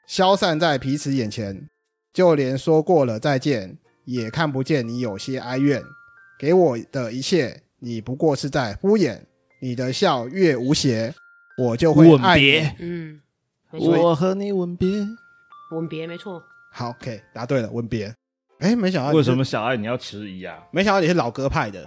S5: 消散在彼此眼前，就连说过了再见，也看不见你有些哀怨。给我的一切，你不过是在敷衍。你的笑越无邪，我就会
S4: 吻
S5: 爱你。
S4: 别，
S1: 嗯，没错，
S4: 我和你吻别。
S1: 吻别没错。
S5: 好，OK，答对了，问别人。哎，没想到你
S6: 为
S5: 是
S6: 什么？小爱你要迟疑啊？
S5: 没想到你是老歌派的，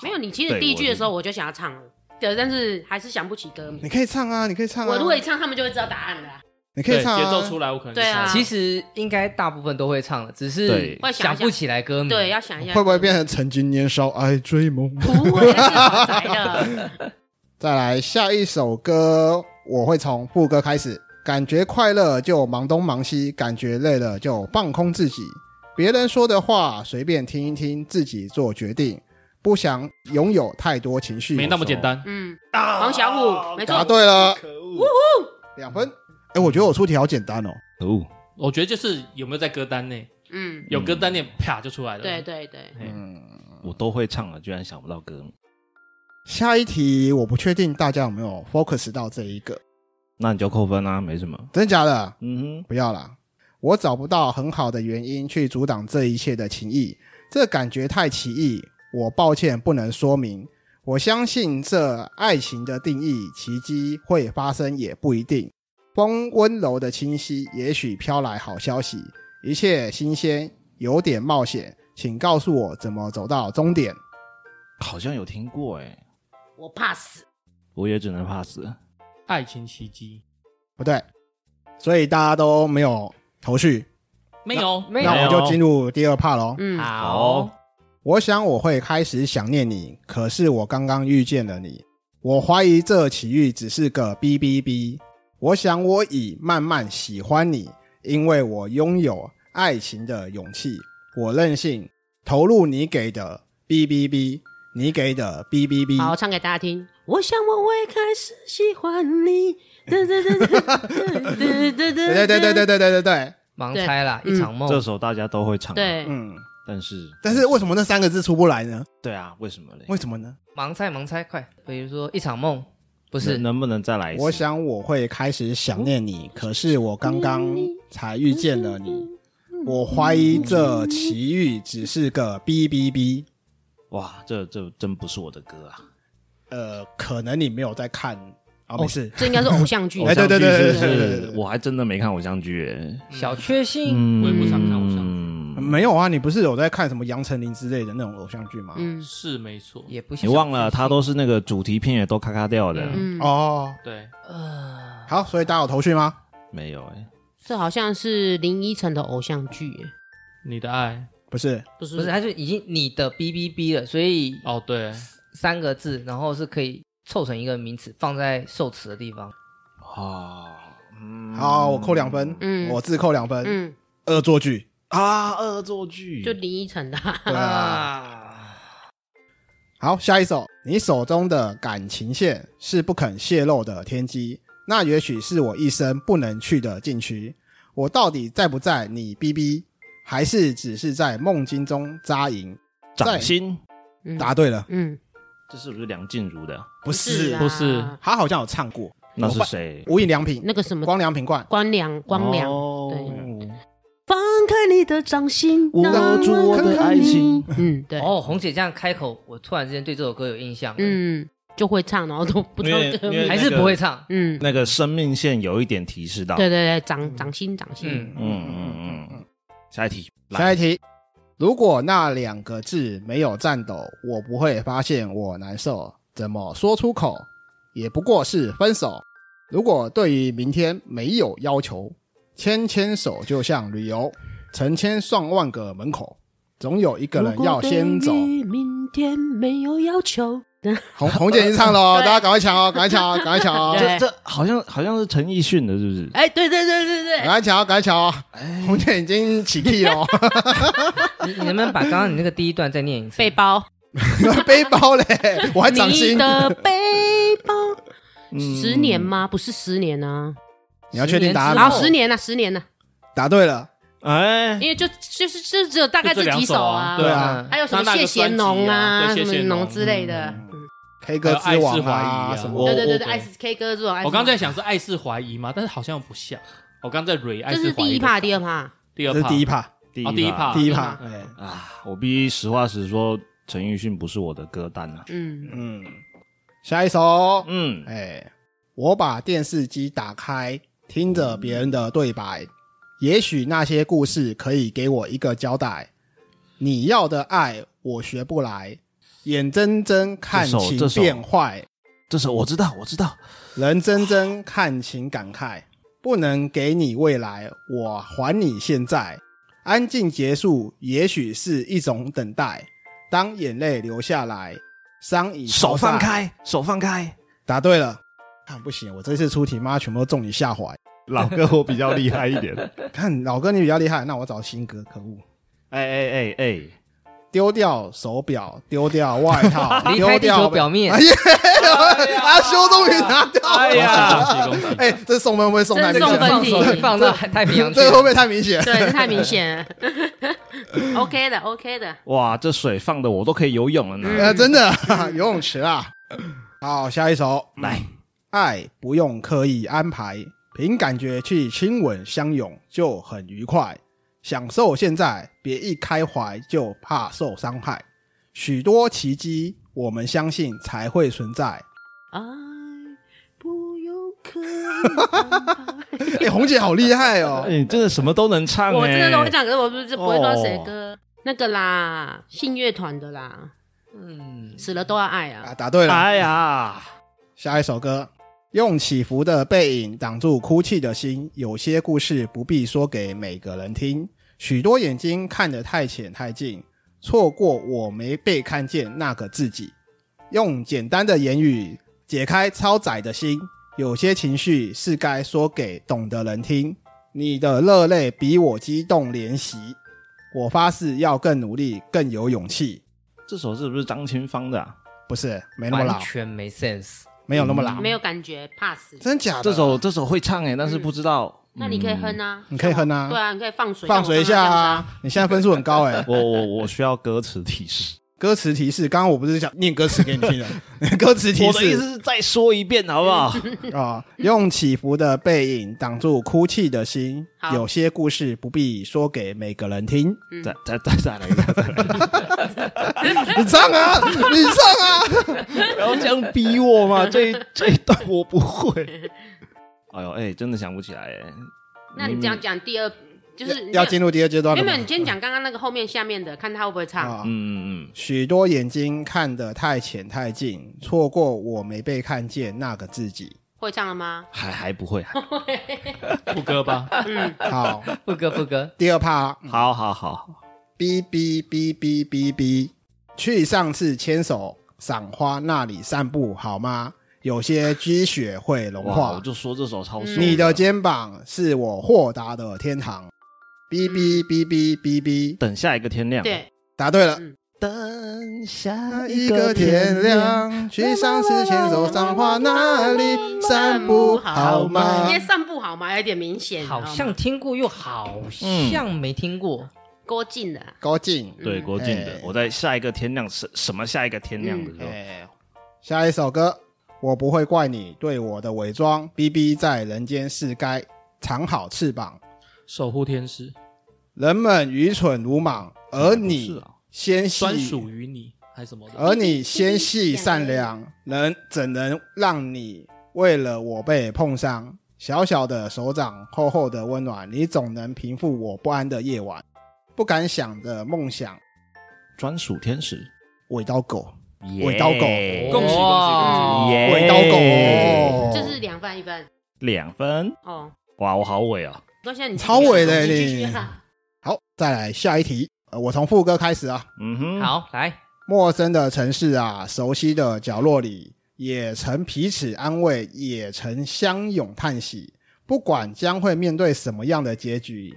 S1: 没有，你其实
S6: 对
S1: 第一句
S6: 我
S1: 的时候我就想要唱了，对，但是还是想不起歌名。
S5: 你可以唱啊，你可以唱啊。
S1: 我如果一唱，他们就会知道答案了啊。
S5: 你 可
S2: 对，
S5: 以唱、啊，
S2: 节奏出来我可能就
S1: 对啊
S2: 唱
S3: 其实应该大部分都会唱了，只是
S6: 对
S1: 会想
S3: 想
S1: 一下
S3: 不起来歌名。
S1: 对，要想一下，
S5: 嗯会不会变成曾经年少爱哎追梦？
S1: 不会那是好宅的？
S5: 再来下一首歌，我会从副歌开始。感觉快乐就忙东忙西，感觉累了就放空自己。别人说的话随便听一听，自己做决定。不想拥有太多情绪，
S2: 没那么简单。
S1: 嗯，黄小琥没
S5: 答
S1: 错，
S5: 对了，
S6: 可恶！
S5: 两分。哎、我觉得我出题好简单哦。
S6: 可恶！
S2: 我觉得就是有没有在歌单内，
S1: 嗯，
S2: 有歌单内啪就出来了。
S1: 对对对，
S2: 嘿
S5: 嗯，
S6: 我都会唱了，居然想不到歌名。
S5: 下一题我不确定大家有没有 focus 到这一个，
S6: 那你就扣分啊，没什么。
S5: 真的假的？
S6: 嗯
S5: 不要啦，我找不到很好的原因去阻挡这一切的情谊，这感觉太奇异，我抱歉不能说明。我相信这爱情的定义，奇迹会发生也不一定。风温柔的清晰，也许飘来好消息，一切新鲜，有点冒险，请告诉我怎么走到终点。
S6: 哼，好像有听过哎、
S1: 我怕死，
S6: 我也只能 pass 了。
S2: 爱情奇迹
S5: 不对，所以大家都没有头绪，
S2: 没有，
S3: 没有
S5: 那我就进入第二 part 喽。
S1: 嗯，
S3: 好，
S5: 我想我会开始想念你，可是我刚刚遇见了你。我怀疑这奇遇只是个哔哔哔。我想我已慢慢喜欢你，因为我拥有爱情的勇气。我任性，投入你给的哔哔哔，你给的哔哔
S1: 好，
S5: 哔。
S1: 唱给大家听。我想我会开始喜欢你，对对对对对对
S5: 对对对对对对对对对，
S3: 盲猜啦，
S1: 对
S3: 一场
S6: 这
S3: 梦。
S6: 首大家都会唱，，
S1: 对，
S5: 嗯。
S6: 但是
S5: 但是为什么那三个字出不来呢？
S6: 对啊，为什么嘞？
S5: 为什么呢？
S3: 盲猜，盲猜，快！比如说一场梦，不
S6: 不
S3: 是
S6: 能不能再来一次？
S5: 我想我会开始想念你，可是我刚刚才遇见了你。
S1: 嗯
S5: 我怀疑这奇遇只是个哔哔哔，
S6: 哇，这这真不是我的歌啊！
S5: 呃，可能你没有在看啊，没事，
S1: 这应该是偶像剧
S5: 哎。对对对对对对对
S6: 是，
S5: 对
S6: 我还真的没看偶像剧嗯欸。
S3: 小确幸。
S6: 嗯
S2: 我也不常看偶像剧，
S6: 像
S5: 没有啊，你不是有在看什么杨丞琳之类的那种偶像剧吗？
S1: 嗯
S2: 是没错。
S3: 也不小确
S6: 你
S3: 幸
S6: 忘了，他都是那个主题片也都咔咔掉的，
S2: 嗯
S1: 嗯，
S5: 哦，
S2: 对，
S3: 呃，
S5: 好，所以大家有头绪吗？
S6: 没有哎，
S1: 这好像是林依晨的偶像剧耶，
S2: 你的爱
S5: 不是，
S1: 不是
S3: 不是，他啊就已经你的 B B B 了，所以
S2: 哦，对，
S3: 三个字，然后是可以凑成一个名词，放在受词的地方。
S6: 啊，嗯
S5: 好，我扣两分，
S1: 嗯
S5: 我自扣两分，
S1: 嗯，
S5: 恶作剧，
S6: 啊，恶作剧
S1: 就林依晨的啊。
S5: 对啊。 好，下一首，你手中的感情线是不肯泄露的天机，那也许是我一生不能去的禁区。我到底在不在你逼逼，还是只是在梦境中扎营？
S6: 掌心，
S1: 嗯
S5: 答对了，
S1: 嗯，
S6: 这是不是梁静茹的？
S5: 不是，
S1: 啊
S2: 不是
S5: 他好像有唱过
S6: 那是谁？
S5: 无印良品
S1: 那个什么
S5: 光良品冠，
S1: 光良，光良，
S6: 哦
S1: 对放开你的掌心，
S6: 握住我的爱情。
S1: 嗯，对，
S3: 哦，红姐这样开口，我突然之间对这首歌有印象。，
S1: 嗯，就会唱，然后都不知道
S6: 因为
S1: 歌
S6: 因为
S1: 名
S3: 还。是不会唱。
S1: 嗯，
S6: 那个生命线有一点提示到，
S1: 对对对，掌掌心，掌心。
S3: 嗯，
S6: 嗯嗯嗯嗯。下一题，来
S5: 下一题，如果那两个字没有颤抖，我不会发现我难受，怎么说出口？也不过是分手。如果对于明天没有要求，牵牵手就像旅游，成千上万个门口，总有一个人要先走。
S1: 明天没有要求。
S5: 红红姐已经唱了 哦，
S1: 对
S5: 大家赶快抢哦，赶快 抢哦，赶快抢哦，
S1: 对
S6: 这这好像好像是陈奕迅的，是不是？
S1: 哎，对对对对
S5: 赶
S6: 啊
S1: 对，
S5: 快抢哦，赶快抢哦！
S1: 哎
S5: 红姐已经起 key 了哦，
S3: 你你能不能把刚刚你那个第一段再念一次？
S1: 背包，
S5: 背包嘞，我还掌
S1: 你
S5: 心。
S1: 的背包，
S6: 哎 嗯
S1: 十年？吗？不是十年啊，
S5: 你要确定答案
S1: 好，
S5: 吗？
S1: 十年啊，十年啊，
S5: 答对了，
S6: 哎，
S1: 因为就就是就只有大概
S2: 就
S1: 这
S2: 两
S1: 几
S2: 首
S1: 啊，
S2: 对
S3: 啊
S1: 还有什
S2: 他
S1: 么
S2: 那
S1: 谢
S2: 个
S1: 贤农啊，
S2: 专
S1: 什
S2: 辑啊对
S1: 么
S2: 谢贤农嗯
S1: 农之类的，
S5: K 歌之王
S2: 还有爱是怀疑啊
S5: 什么
S6: 我
S1: 对对对对，
S6: 我
S1: 爱是 K 歌这种。爱是
S2: 我刚在想是爱是怀疑吗？但是好像不像。我刚在蕊爱
S1: 这是
S2: 怀
S1: 第
S2: 疑
S1: 一
S2: 的
S1: 趴，第二趴，
S2: 第
S5: 这
S2: 二
S5: 是
S2: 趴，
S5: 第一趴，
S6: 第
S2: 哦第一趴嗯
S5: 第一趴
S1: 趴，
S5: 哎
S6: 啊，我必须实话实说，陈奕迅不是我的歌单啊。
S1: 嗯，
S5: 嗯，下一首，
S6: 嗯，
S5: 哎，我把电视机打开，听着别人的对白，也许那些故事可以给我一个交代。你要的爱我学不来，眼睁睁看
S6: 这首
S5: 情
S6: 这首
S5: 变坏，
S6: 这首我知道，我知道，
S5: 人真真看情感慨，不能给你未来，我还你现在。安静结束，也许是一种等待。当眼泪流下来，伤已
S6: 手
S5: 消散
S6: 放。开， 手放开。
S5: 答对了，看不行，我这次出题妈全部都中你下怀。
S4: 老哥我比较厉害一点，
S5: 看老哥你比较厉害，那我找新哥，可恶！
S6: 哎哎哎哎，
S5: 丢掉手表，丢掉外套
S3: ，离
S5: 丢
S3: 开地球
S5: 掉
S3: 表面
S5: 哎，呀， 阿修终于拿掉了。
S2: 哎呀，恭喜恭喜！
S5: 哎，这送分会不会送太
S1: 这
S5: 明
S1: 送
S5: 显？
S1: 分
S3: 放
S1: 题
S3: 手啊放到太平洋去
S5: 这个会不会太明显？
S1: 对，这太明显 了。OK 的，OK 的，
S6: 哇，这水放的我都可以游泳了 呢。
S5: 呃，真的游泳池啦。好，下一首，
S6: 来，
S5: 爱不用刻意安排，凭感觉去亲吻相拥就很愉快，享受现在，别一开怀就怕受伤害。许多奇迹，我们相信才会存在。
S1: 爱不用刻 意
S5: 哎、红姐好厉害哦！
S6: 哎，你真的什么都能唱
S1: 我真的都会
S6: 哎。
S1: 唱，可是我不是不会说
S2: 哦
S1: 谁歌，那个啦，信乐团的啦，
S3: 嗯，
S1: 死了都要爱
S5: 啊，
S1: 啊。
S5: 答对了。
S6: 哎呀，
S5: 下一首歌，用起伏的背影挡住哭泣的心。有些故事不必说给每个人听，许多眼睛看得太浅太近，错过我没被看见那个自己。用简单的言语解开超载的心，有些情绪是该说给懂的人听。你的热泪比我激动怜惜，我发誓要更努力，更有勇气。
S6: 这首是不是张清芳的啊？
S5: 不是，没那么
S3: 完
S5: 老，
S3: 全没 sense。
S5: 没有那么老，
S1: 没有感觉，pass。
S5: 真假的？
S6: 这首这首会唱哎，但是不知 道。
S1: 那你可以哼啊，
S5: 你可以哼啊
S1: 对啊，你可以放水，
S5: 放水一下啊！你现在分数很高哎、
S6: 我我我需要歌词提示。
S5: 歌词提示，刚刚我不是想念歌词给你听的， 歌词提
S6: 我的意
S5: 示
S6: 思是再说一遍好不好？
S5: 啊、用起伏的背影挡住哭泣的心，
S1: 好
S5: 有些故事不必说给每个人 听。
S6: 再再再再来一遍，
S5: 你唱啊，你 唱啊！
S6: 不要这样逼我嘛！ 这一这一段我不会。哎呦哎，真的想不起来哎。
S1: 那你这样讲第二就是你
S5: 要进入第二阶段
S1: 没有
S5: 了吗
S1: 没有，你先讲刚刚那个后面下面的，看他会不会唱。
S5: 啊、
S6: 嗯嗯
S5: 许多眼睛看得太浅太近，错过我没被看见那个自己。
S1: 会唱了吗
S6: 嗯，？还还不会。
S2: 副歌吧，
S1: 嗯，
S5: 好，
S3: 副歌副歌，
S5: 第二趴，
S6: 好好好，
S5: 哔哔哔哔哔哔，去上次牵手赏花那里散步好吗？有些积雪会融
S6: 哇！
S5: 化
S6: 我。就说这首超熟。
S5: 你的肩膀是我豁达的天堂。哔哔哔哔哔哔，
S6: 等下一个天亮。，
S1: 对，
S5: 答对了
S1: 嗯。
S6: 等下
S5: 一个天。亮，去上次牵手赏花那里散步好吗
S1: 因？为上不好嘛，有点明显，
S2: 嗯
S3: 好像听过又好像没听过，
S1: 郭靖的啊，
S5: 高进，
S6: 对，郭靖的
S5: 哎，
S6: 我在下一个天亮什什么下一个天亮的时候，
S5: 哎，下一首歌，我不会怪你对我的伪装。B B 在人间是该藏好翅膀，
S2: 守护天使
S5: 人们愚蠢鲁莽，而
S6: 不
S4: 哎
S6: 是
S5: 你
S6: 啊
S5: 纤
S2: 专
S5: 细，
S2: 属于你还是什么的？
S5: 而你纤细善良，能怎能让你为了我被碰伤？小小的手掌，厚厚的温暖，你总能平复我不安的夜晚，不敢想的梦想。
S6: 专属天使，
S5: 尾刀狗，
S6: 耶
S5: 尾刀狗
S2: 恭喜恭喜恭
S3: 哇
S6: 耶
S5: 尾刀狗，
S1: 这是两分一分
S6: 两分，
S1: 哦。
S6: 哇，我好伟啊！
S1: 那现在你继续
S5: 超伟的
S1: 你
S5: 你
S1: 继续啊
S5: 好，再来下一题。呃，我从副歌开始啊。
S6: 嗯哼，，
S3: 好来，
S5: 陌生的城市啊，熟悉的角落里，也曾彼此安慰，也曾相拥叹息。不管将会面对什么样的结局，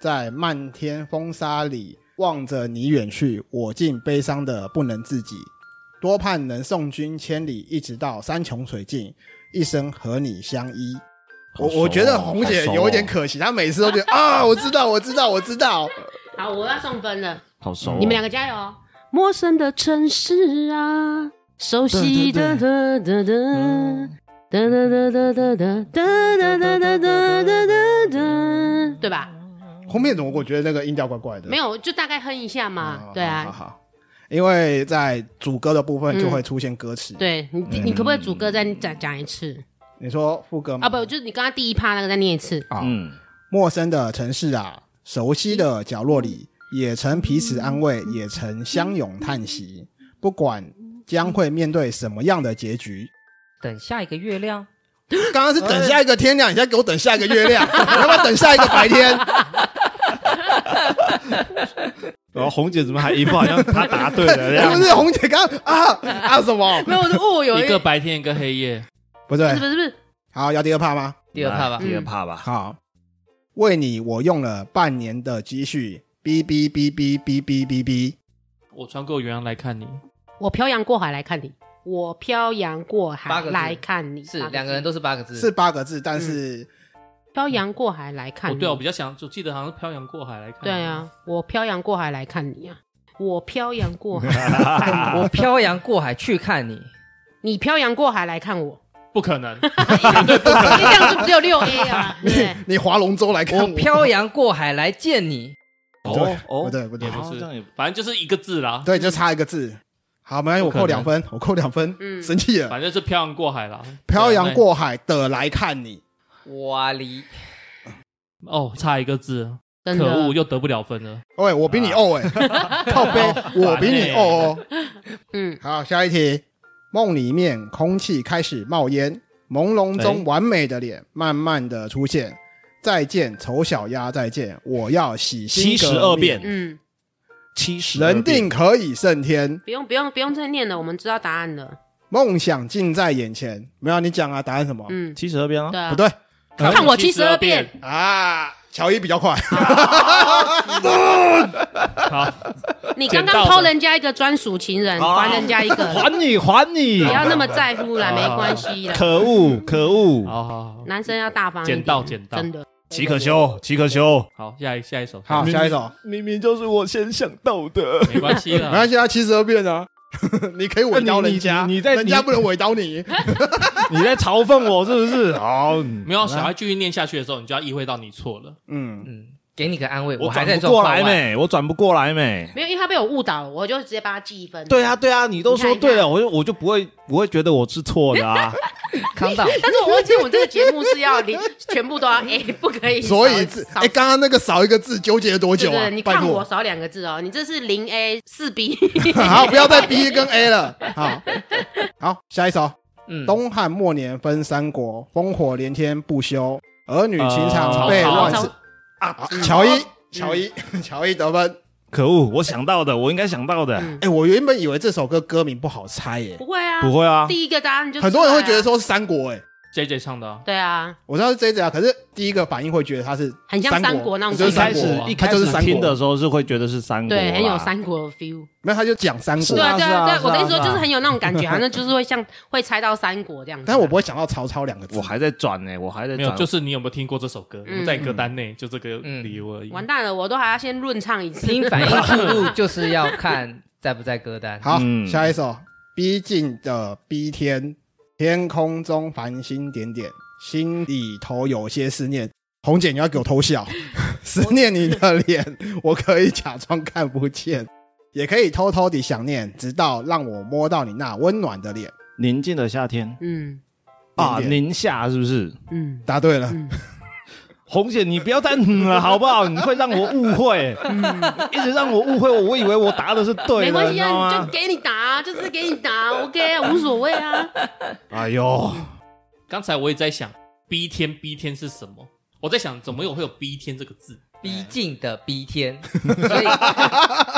S5: 在漫天风沙里望着你远去，我竟悲伤的不能自己。多盼能送君千里，一直到山穷水尽，一生和你相依。
S6: 好
S5: 我
S4: 啊
S6: 熟哦
S5: 我觉得红姐有一点，可惜，她每次都觉得啊，我知道，我知道，我知道。
S1: 好，我要送分了，
S6: 好熟哦，
S1: 你们两个加油哦。陌生的城市啊，熟悉的哒哒哒哒哒哒哒哒哒哒哒哒哒哒哒，对吧？
S5: 后面怎么我觉得那个音调怪怪的？
S1: 没有，就大概哼一下嘛
S5: 哦。
S1: 对
S5: 好
S1: 啊，
S5: 好好，因为在主歌的部分就会出现歌词。，
S1: 嗯对你，你可不可以主歌再讲讲一次啊
S5: 你说副歌吗嗯
S1: 啊？不，就是你刚刚第一趴那个再念一次。
S5: 啊，
S6: 嗯，
S5: 陌生的城市啊，熟悉的角落里，也曾彼此安慰，也曾相拥叹息。不管将会面对什么样的结局，
S3: 等下一个月亮，
S5: 刚刚是等下一个天亮，你现在给我等下一个 月亮，你要不要等下一个白天？
S4: 然后红姐怎么还一副好像她答对啊了 这样
S5: 不？是红姐刚刚啊啊什么？
S1: 没有，我就哦，有
S2: 一个白天一个黑夜，
S1: 不
S5: 不对
S1: 是不，是不是，
S5: 好，要第二趴吗？
S3: 第二趴吧
S6: 来。第二趴吧。
S5: 好，为你我用了半年的积蓄，哔哔哔哔哔哔哔哔。
S2: 我穿过原洋来看你，
S1: 我漂洋过海来看你，我漂洋过
S3: 八
S1: 海
S3: 个字
S1: 来看你，八
S3: 是
S1: 个字
S3: 两个人都是八个字，
S5: 是八个字，但是
S1: 漂洋过海来看
S2: 我
S1: 你。
S2: 哦对啊我比较想，就记得好像是漂洋过海来看。
S1: 对，啊，我漂洋过海来看你啊，我漂洋过海来
S4: 啊
S1: 看
S3: 我
S1: 我，
S3: 漂洋过海去看 你，
S1: 你漂洋过海来看我，
S2: 不可能，
S1: 这样就只有六 A 啊，对不对？
S5: 你划龙舟来看
S3: 我
S5: 我，
S3: 漂洋过海来见你。
S5: 对不对不对
S2: 也不是
S6: 哦这样也
S2: 反正就是一个 字啦，
S5: 对，就差一个字。好，没关系，我
S2: 不可能
S5: 扣两分，我扣两分，
S1: 嗯
S5: 生气了。
S2: 反正是漂洋过海啦。啊
S5: 漂洋过海的来看你，
S3: 哇哩，
S2: 对啊对哦，差一个字，
S1: 真
S2: 可恶，
S1: 的，
S2: 又得不了分了。
S5: 喂，我比你哦哎，靠背，我比你哦哦。
S1: 嗯，
S5: 好，下一题，梦里面空气开始冒烟，朦胧中完美的脸慢慢的出现。再见，丑小鸭，再见，我要洗心革
S4: 72
S5: 面
S4: 变
S1: 嗯，
S4: 七十
S5: 人定可以胜天，
S1: 不用不用不用再念了，我们知道答案了。
S5: 梦想近在眼前。没有，你讲啊，答案什么？
S1: 嗯，
S4: 七十二变啊
S1: 对，啊，
S5: 不对
S1: 看我
S2: 七
S1: 七
S2: 十
S1: 十
S2: 二
S1: 二
S2: 变
S1: 变，
S5: 啊，乔伊比较快。
S1: 啊
S2: 好，
S1: 你刚刚偷人家一个专属情人，还人家一个，
S4: 还你还你
S1: 不，要那么在乎啦，没关系啦。
S4: 可恶可恶，
S2: 好好好，
S1: 男生要大方一点，
S2: 捡到捡到
S1: 真的。
S4: 岂可休岂可休！
S2: 好，下一下一首，
S5: 好，下一首，
S4: 明明就是我先想到的，
S2: 没关系
S5: 没
S2: 啦
S5: 关。系啊，七十二变啊， 你可以尾刀人家，
S4: 那你你你在
S5: 人家
S4: 你
S5: 不能尾刀你。
S4: 你在嘲讽我是不是？好，
S2: 没有，小孩继续念下去的时候，你就要意会到你错了。
S5: 嗯，
S3: 嗯，给你个安慰，
S4: 我
S3: 还
S4: 转
S3: 在
S4: 不
S3: 状
S4: 过
S3: 况
S4: 来
S3: 外。
S4: 没，我转不过来没。
S1: 没有，因为他被我误导了，我就直接帮他记一分。
S4: 对啊，对啊，你都
S1: 你看
S4: 说
S1: 你看
S4: 对了，我就我就不会不会觉得我是错的啊。
S3: 康道，
S1: 但是我忘记我这个节目是要你 全部都要 A，不可以少。
S5: 所以字，
S1: 少
S5: 哎，刚刚那个少一个字纠结了多
S1: 对
S5: 久
S1: 对
S5: 啊
S1: 对，？你
S5: 拜
S1: 看我
S5: 托，
S1: 少两个字哦，你这是零 A 四 B，
S5: 好，不要再 B 跟 A 了。好，好，下一首，
S3: 嗯，
S5: 东汉末年分三国，烽火连天不休，儿女情长
S2: 呃
S5: 被
S2: 曹
S5: 乱
S2: 操
S5: 世啊。乔伊，
S1: 嗯
S5: 乔伊， 乔伊得分。
S4: 可恶，我想到的，我应该想到的，
S1: 嗯
S5: 哎、我原本以为这首歌歌名不好猜耶、
S1: 不会啊，
S4: 不会啊，
S1: 第一个答案就
S5: 很多人会觉得
S1: 出来啊，
S5: 说是三国哎、
S2: J J 唱的啊，
S1: 对啊，
S5: 我知道是这一啊，可是第一个反应会觉得它是
S1: 很像
S5: 三
S1: 三国那种
S5: 就是
S4: 一
S5: 三
S4: 开
S5: 国
S4: 始
S5: 啊
S4: 一
S5: 它
S4: 开
S5: 就是
S4: 始
S5: 三国
S4: 听的，时候嗯是会觉得是三国啦，
S1: 对，很有三国的 feel。
S5: 没有他就讲三国，
S1: 对啊，对
S4: 是啊
S1: 啊，对
S4: 是啊
S1: 啊，我跟你说，
S4: 是啊
S1: 就是很有那种感觉，好像就是会像会猜到三国这样子。啊
S5: 但是我不会想到曹操两个字
S4: 我。还在转呢，我还在
S2: 没有，
S4: 转，
S2: 就是你有没有听过这首歌？我
S1: 嗯
S2: 们在歌单内就这个理由而已。
S1: 完蛋了，我都还要先润唱一次。
S3: 听反应速度就是要看在不在歌单。
S5: 好，
S4: 嗯
S5: 下一首，逼近的逼天，天空中繁星点点，心里头有些思念。红姐，你要给我 偷笑，思念你的脸，我可以假装看不见，也可以偷偷地想念，直到让我摸到你那温暖的脸。
S4: 宁静的夏天
S1: 嗯
S4: 啊，
S5: 点点
S4: 宁夏是不是？
S1: 嗯
S5: 答对了，
S1: 嗯
S4: 红姐，你不要再嗯了好不好？你会让我误会，
S1: 嗯，
S4: 一直让我误会，我以为我答的是
S1: 没
S4: 对的，
S1: 关
S4: 你
S1: 系
S4: 知道
S1: 啊，你
S4: 吗
S1: 就？给你答，就是给你答，OK，啊无所谓啊。
S4: 哎呦，
S2: 刚才我也在想逼天逼天是什么？我在想怎么有会有逼天这个字？
S3: 逼近的逼天，所以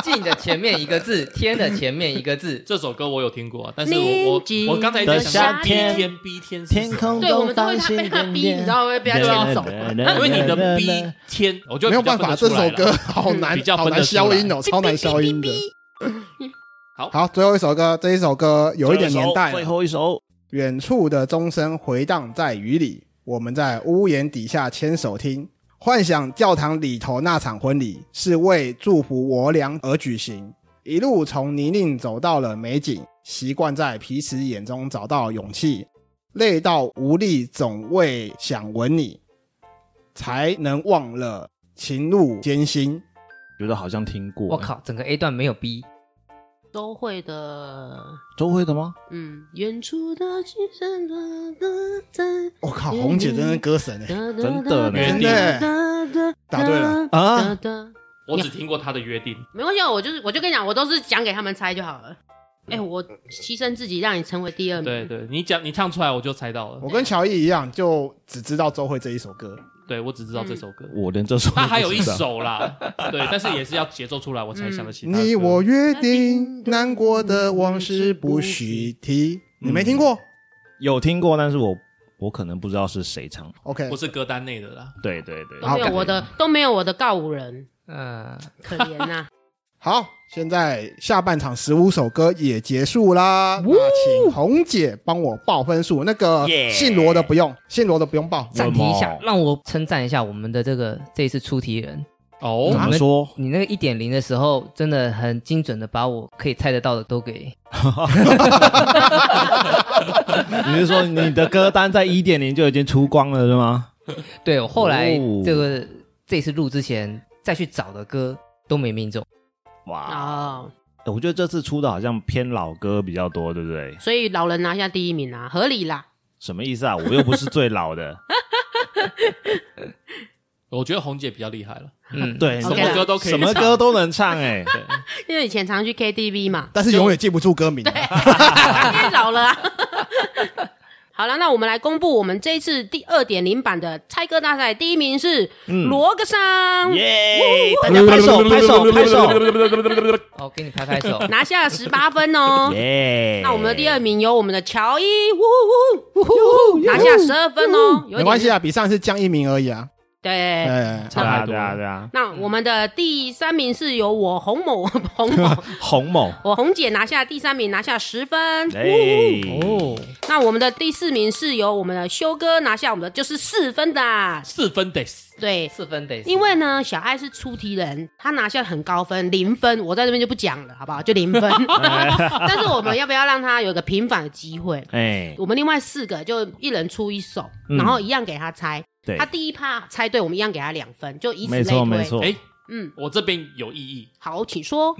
S3: 近的前面一个字， 天的前面一个字。
S2: 这首歌我有听过啊，但是我我
S1: 宁静
S2: 我刚才一直在
S1: 的
S2: 想
S1: 夏
S2: 逼
S1: 天
S2: 天逼天是什么
S4: 天空
S1: 对，我们都会他被他逼，你知道会被他 牵走。
S2: 因为你的逼天，我就
S5: 没有办法，这首歌好
S2: 嗯
S5: 难
S2: 比，较
S5: 好
S2: 分得
S5: 难消音哦，
S1: 出来
S5: 超难消音的
S1: 哔哔哔哔。
S2: 好
S5: 好，最后一首歌，这一首歌有一点年代
S4: 最
S5: 了。
S4: 后一首，
S5: 远处的钟声回荡在雨里，我们在屋檐底下牵手听，幻想教堂里头那场婚礼是为祝福我俩而举行。一路从泥泞走到了美景，习惯在彼此眼中找到勇气，累到无力，总为想吻你，才能忘了情路艰辛。
S4: 觉得好像听过。
S3: 我，靠，整个 A 段没有逼，
S1: 都会的，
S4: 周慧的吗？
S1: 嗯，远处的巨人的灯，
S5: 我靠，红姐真是歌神哎！
S1: 真
S6: 的呢
S5: 真的欸答对了
S4: 啊
S1: 啊！
S2: 我只听过他的约定，
S1: 没关系，啊我就是我就跟你讲，我都是讲给他们猜就好了。哎，我牺牲自己让你成为第二名，
S2: 对对，你讲你唱出来我就猜到了，
S5: 我跟乔伊一样，就只知道周慧这一首歌。
S2: 对我只知道
S6: 嗯
S2: 这首歌，
S4: 我连这首
S2: 他还有
S4: 都
S2: 一
S4: 不知道，
S2: 首啦，对，但是也是要节奏出来我才想得起他的歌。
S5: 嗯你我约定，难过的往事不许提。
S2: 嗯
S5: 你没听过
S6: 有听过，但是我我可能不知道是谁唱。
S5: ？OK，
S2: 不是歌单内的啦，
S6: 对对对，
S1: 都没有
S5: 好
S1: 我的都没有我的告五人，
S3: 嗯，
S1: 可怜啊呐！
S5: 好，现在下半场十五首歌也结束啦。那请红姐帮我报分数，那个姓罗的不用，姓罗的不用报。
S3: 暂停一下
S6: 我，
S3: 让我称赞一下我们的这个这一次出题人，
S2: 哦
S6: 怎
S3: 啊
S6: 么说？
S3: 你那个一点零的时候，真的很精准的把我可以猜得到的都给
S6: 你是说你的歌单在一点零就已经出光了是吗？
S3: 对，我后来
S6: 哦
S3: 这个、这次录之前再去找的歌都没命中，
S4: 啊
S6: 哇，
S1: 哦，
S6: 欸我觉得这次出的好像偏老歌比较多，对不对？
S1: 所以老人拿下第一名啊，合理啦。
S6: 什么意思啊？我又不是最老 的，
S2: 我觉得红姐比较厉害了，
S3: 嗯，，
S6: 对，
S1: OK
S2: 什
S1: 啦
S2: 么歌都可以
S6: 什么
S2: 唱，
S6: 歌都能唱 哎、
S1: 因为以前常去 KTV 嘛，
S5: 但是永远记不住歌名 啊。
S1: 因为老了、啊。好了，那我们来公布我们这一次第二点零版的猜歌大赛，第一名是
S5: 嗯
S1: 罗格桑，，
S6: 耶！大家拍 手拍手拍 手，
S3: 哦，给你拍拍手
S1: 拿下十八分 哦。
S6: 耶！
S1: 那我们的第二名有我们的乔伊，呜呼呼呼呼，拿下十二分哦，有一点
S5: 没关系啊，比上次降一名而已啊。
S1: 对。
S5: 哎，
S6: 对啊对啊对啊，
S1: 那我们的第三名是由我洪某 洪某，
S6: 洪某，
S1: 我洪姐拿下第三名，拿下十分。
S6: 哎，
S3: 哦，
S1: 那我们的第四名是由我们的修哥拿下我们的就是四分的啊，
S2: 四分得死，
S1: 对，
S3: 四分得，
S1: 因为呢，小爱是出题人，他拿下很高分，零分，我在这边就不讲了，好不好？就零 分。
S6: 哦
S1: 但是我们要不要让他有一个平反的机会？
S6: 哎，
S1: 我们另外四个就一人出一首，然后一样给他猜。
S6: 嗯对
S1: 他，第一趴猜对，我们一样给他两分，就以此
S6: 没
S1: 类
S6: 错
S1: 推。
S6: 没错，嗯
S2: 哎，
S1: 嗯，
S2: 我这边有异议，
S1: 好，请说。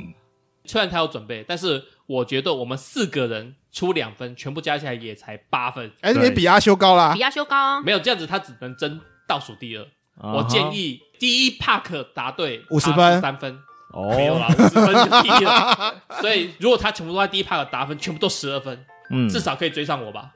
S2: 虽然他有准备，但是我觉得我们四个人出两分，全部加起来也才八分，
S5: 哎，
S6: 对
S5: 你比阿修高啦
S1: 比。亚修高，
S2: 没有这样子，他只能争倒数第二。
S6: 啊
S2: 我建议第一 Park 答对
S5: 50分
S2: 三分没有啦，
S6: 哦，
S2: 五十分就低了。 所以如果他全部都在第一 Park 打分，全部都十二分，
S6: 嗯
S2: 至少可以追上我吧。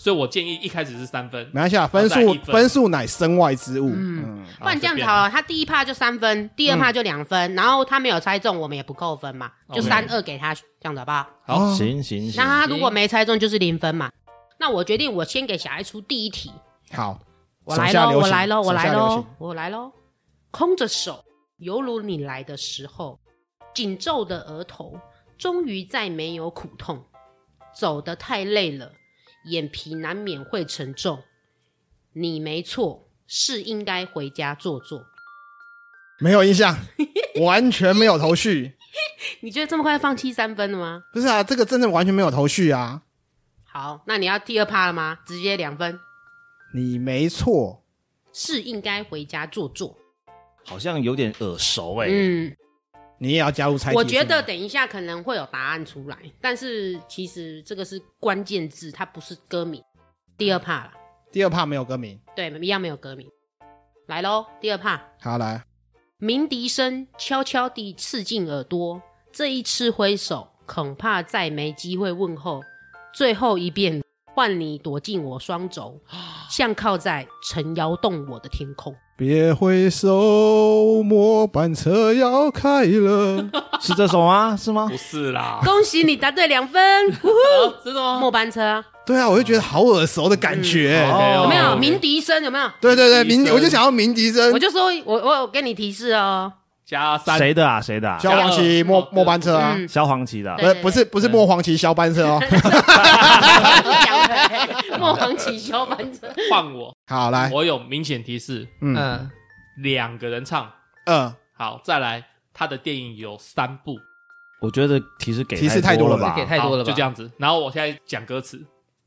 S2: 所以我建议一开始是三分，
S5: 没关系啊，分
S2: 好再
S5: 数
S2: 一分
S5: 分数乃身外之物。
S1: 嗯
S5: 嗯，
S6: 啊
S1: 不
S2: 啊
S1: 然这样子好了，他第一趴就三分，第二趴就两
S6: 嗯
S1: 分，然后他没有猜中，我们也不扣分嘛，
S6: 哦
S1: 就
S2: OK
S1: 三二给他，这样子好不好？
S5: 好
S6: 行行行，
S1: 哦那他如果没猜中就是零分嘛。那我决定，我先给小爱出第一题，
S5: 好，
S1: 我来
S5: 手下
S1: 喽，
S5: 留
S1: 我
S5: 情
S1: 来喽，我来
S5: 手下留
S1: 喽
S5: 情，
S1: 我来喽。空着手，犹如你来的时候，紧皱的额头终于再没有苦痛。走得太累了，眼皮难免会沉重。你没错，是应该回家坐坐。
S5: 没有印 象，完全没有头绪。
S1: 你觉得这么快放弃三分了吗？
S5: 不是啊，这个真的完全没有头绪啊。
S1: 好，那你要第二趴了吗？直接两分，
S5: 你没错，
S1: 是应该回家坐坐。
S6: 好像有点耳熟哎，
S1: 嗯，
S5: 你也要加入猜题
S1: 我
S5: 是吗。
S1: 觉得等一下可能会有答案出来，但是其实这个是关键字，它不是歌名。第二趴了，
S5: 第二趴没有歌名。
S1: 对，一样没有歌名。来喽，第二趴，
S5: 好，来，
S1: 鸣笛声悄悄地刺进耳朵，这一次挥手，恐怕再没机会问候。最后一遍，换你躲进我双肘，像靠在曾摇动我的天空。
S5: 别挥手，末班车要开了。
S6: 是这首吗？是吗
S2: 不？是啦，啊
S1: 恭喜你答对两分，呼呼
S2: 真的吗？
S1: 末班车啊
S5: 对啊，我就觉得好耳熟的感觉。
S6: 嗯好
S2: 哦
S1: 有没有
S2: OK
S1: 鸣笛声？有没有？
S5: 对对对，
S2: 鸣笛
S5: 鸣，
S2: 声
S5: 我就想要鸣笛声
S1: 我。就说我我有给你提示哦，
S2: 加三？
S6: 谁的啊？谁的啊？
S5: 萧煌奇
S2: 嗯
S5: 末末班车啊，
S1: 嗯，
S6: 萧煌奇的啊
S1: 对嗯
S5: 呃，不是不是
S2: 对
S5: 末黄旗萧班车哦。
S1: 莫黄起修班车，
S2: 换我，
S5: 好，来，
S2: 我有明显提示，
S5: 嗯
S3: 嗯，
S2: 两个人唱。
S5: 嗯，
S2: 好，再来，他的电影有三部，
S6: 我觉得提示给
S5: 提示太多
S6: 多
S5: 了
S6: 吧
S3: 给？太
S2: 好
S3: 多了吧，
S2: 就这样子。然后我现在讲歌词：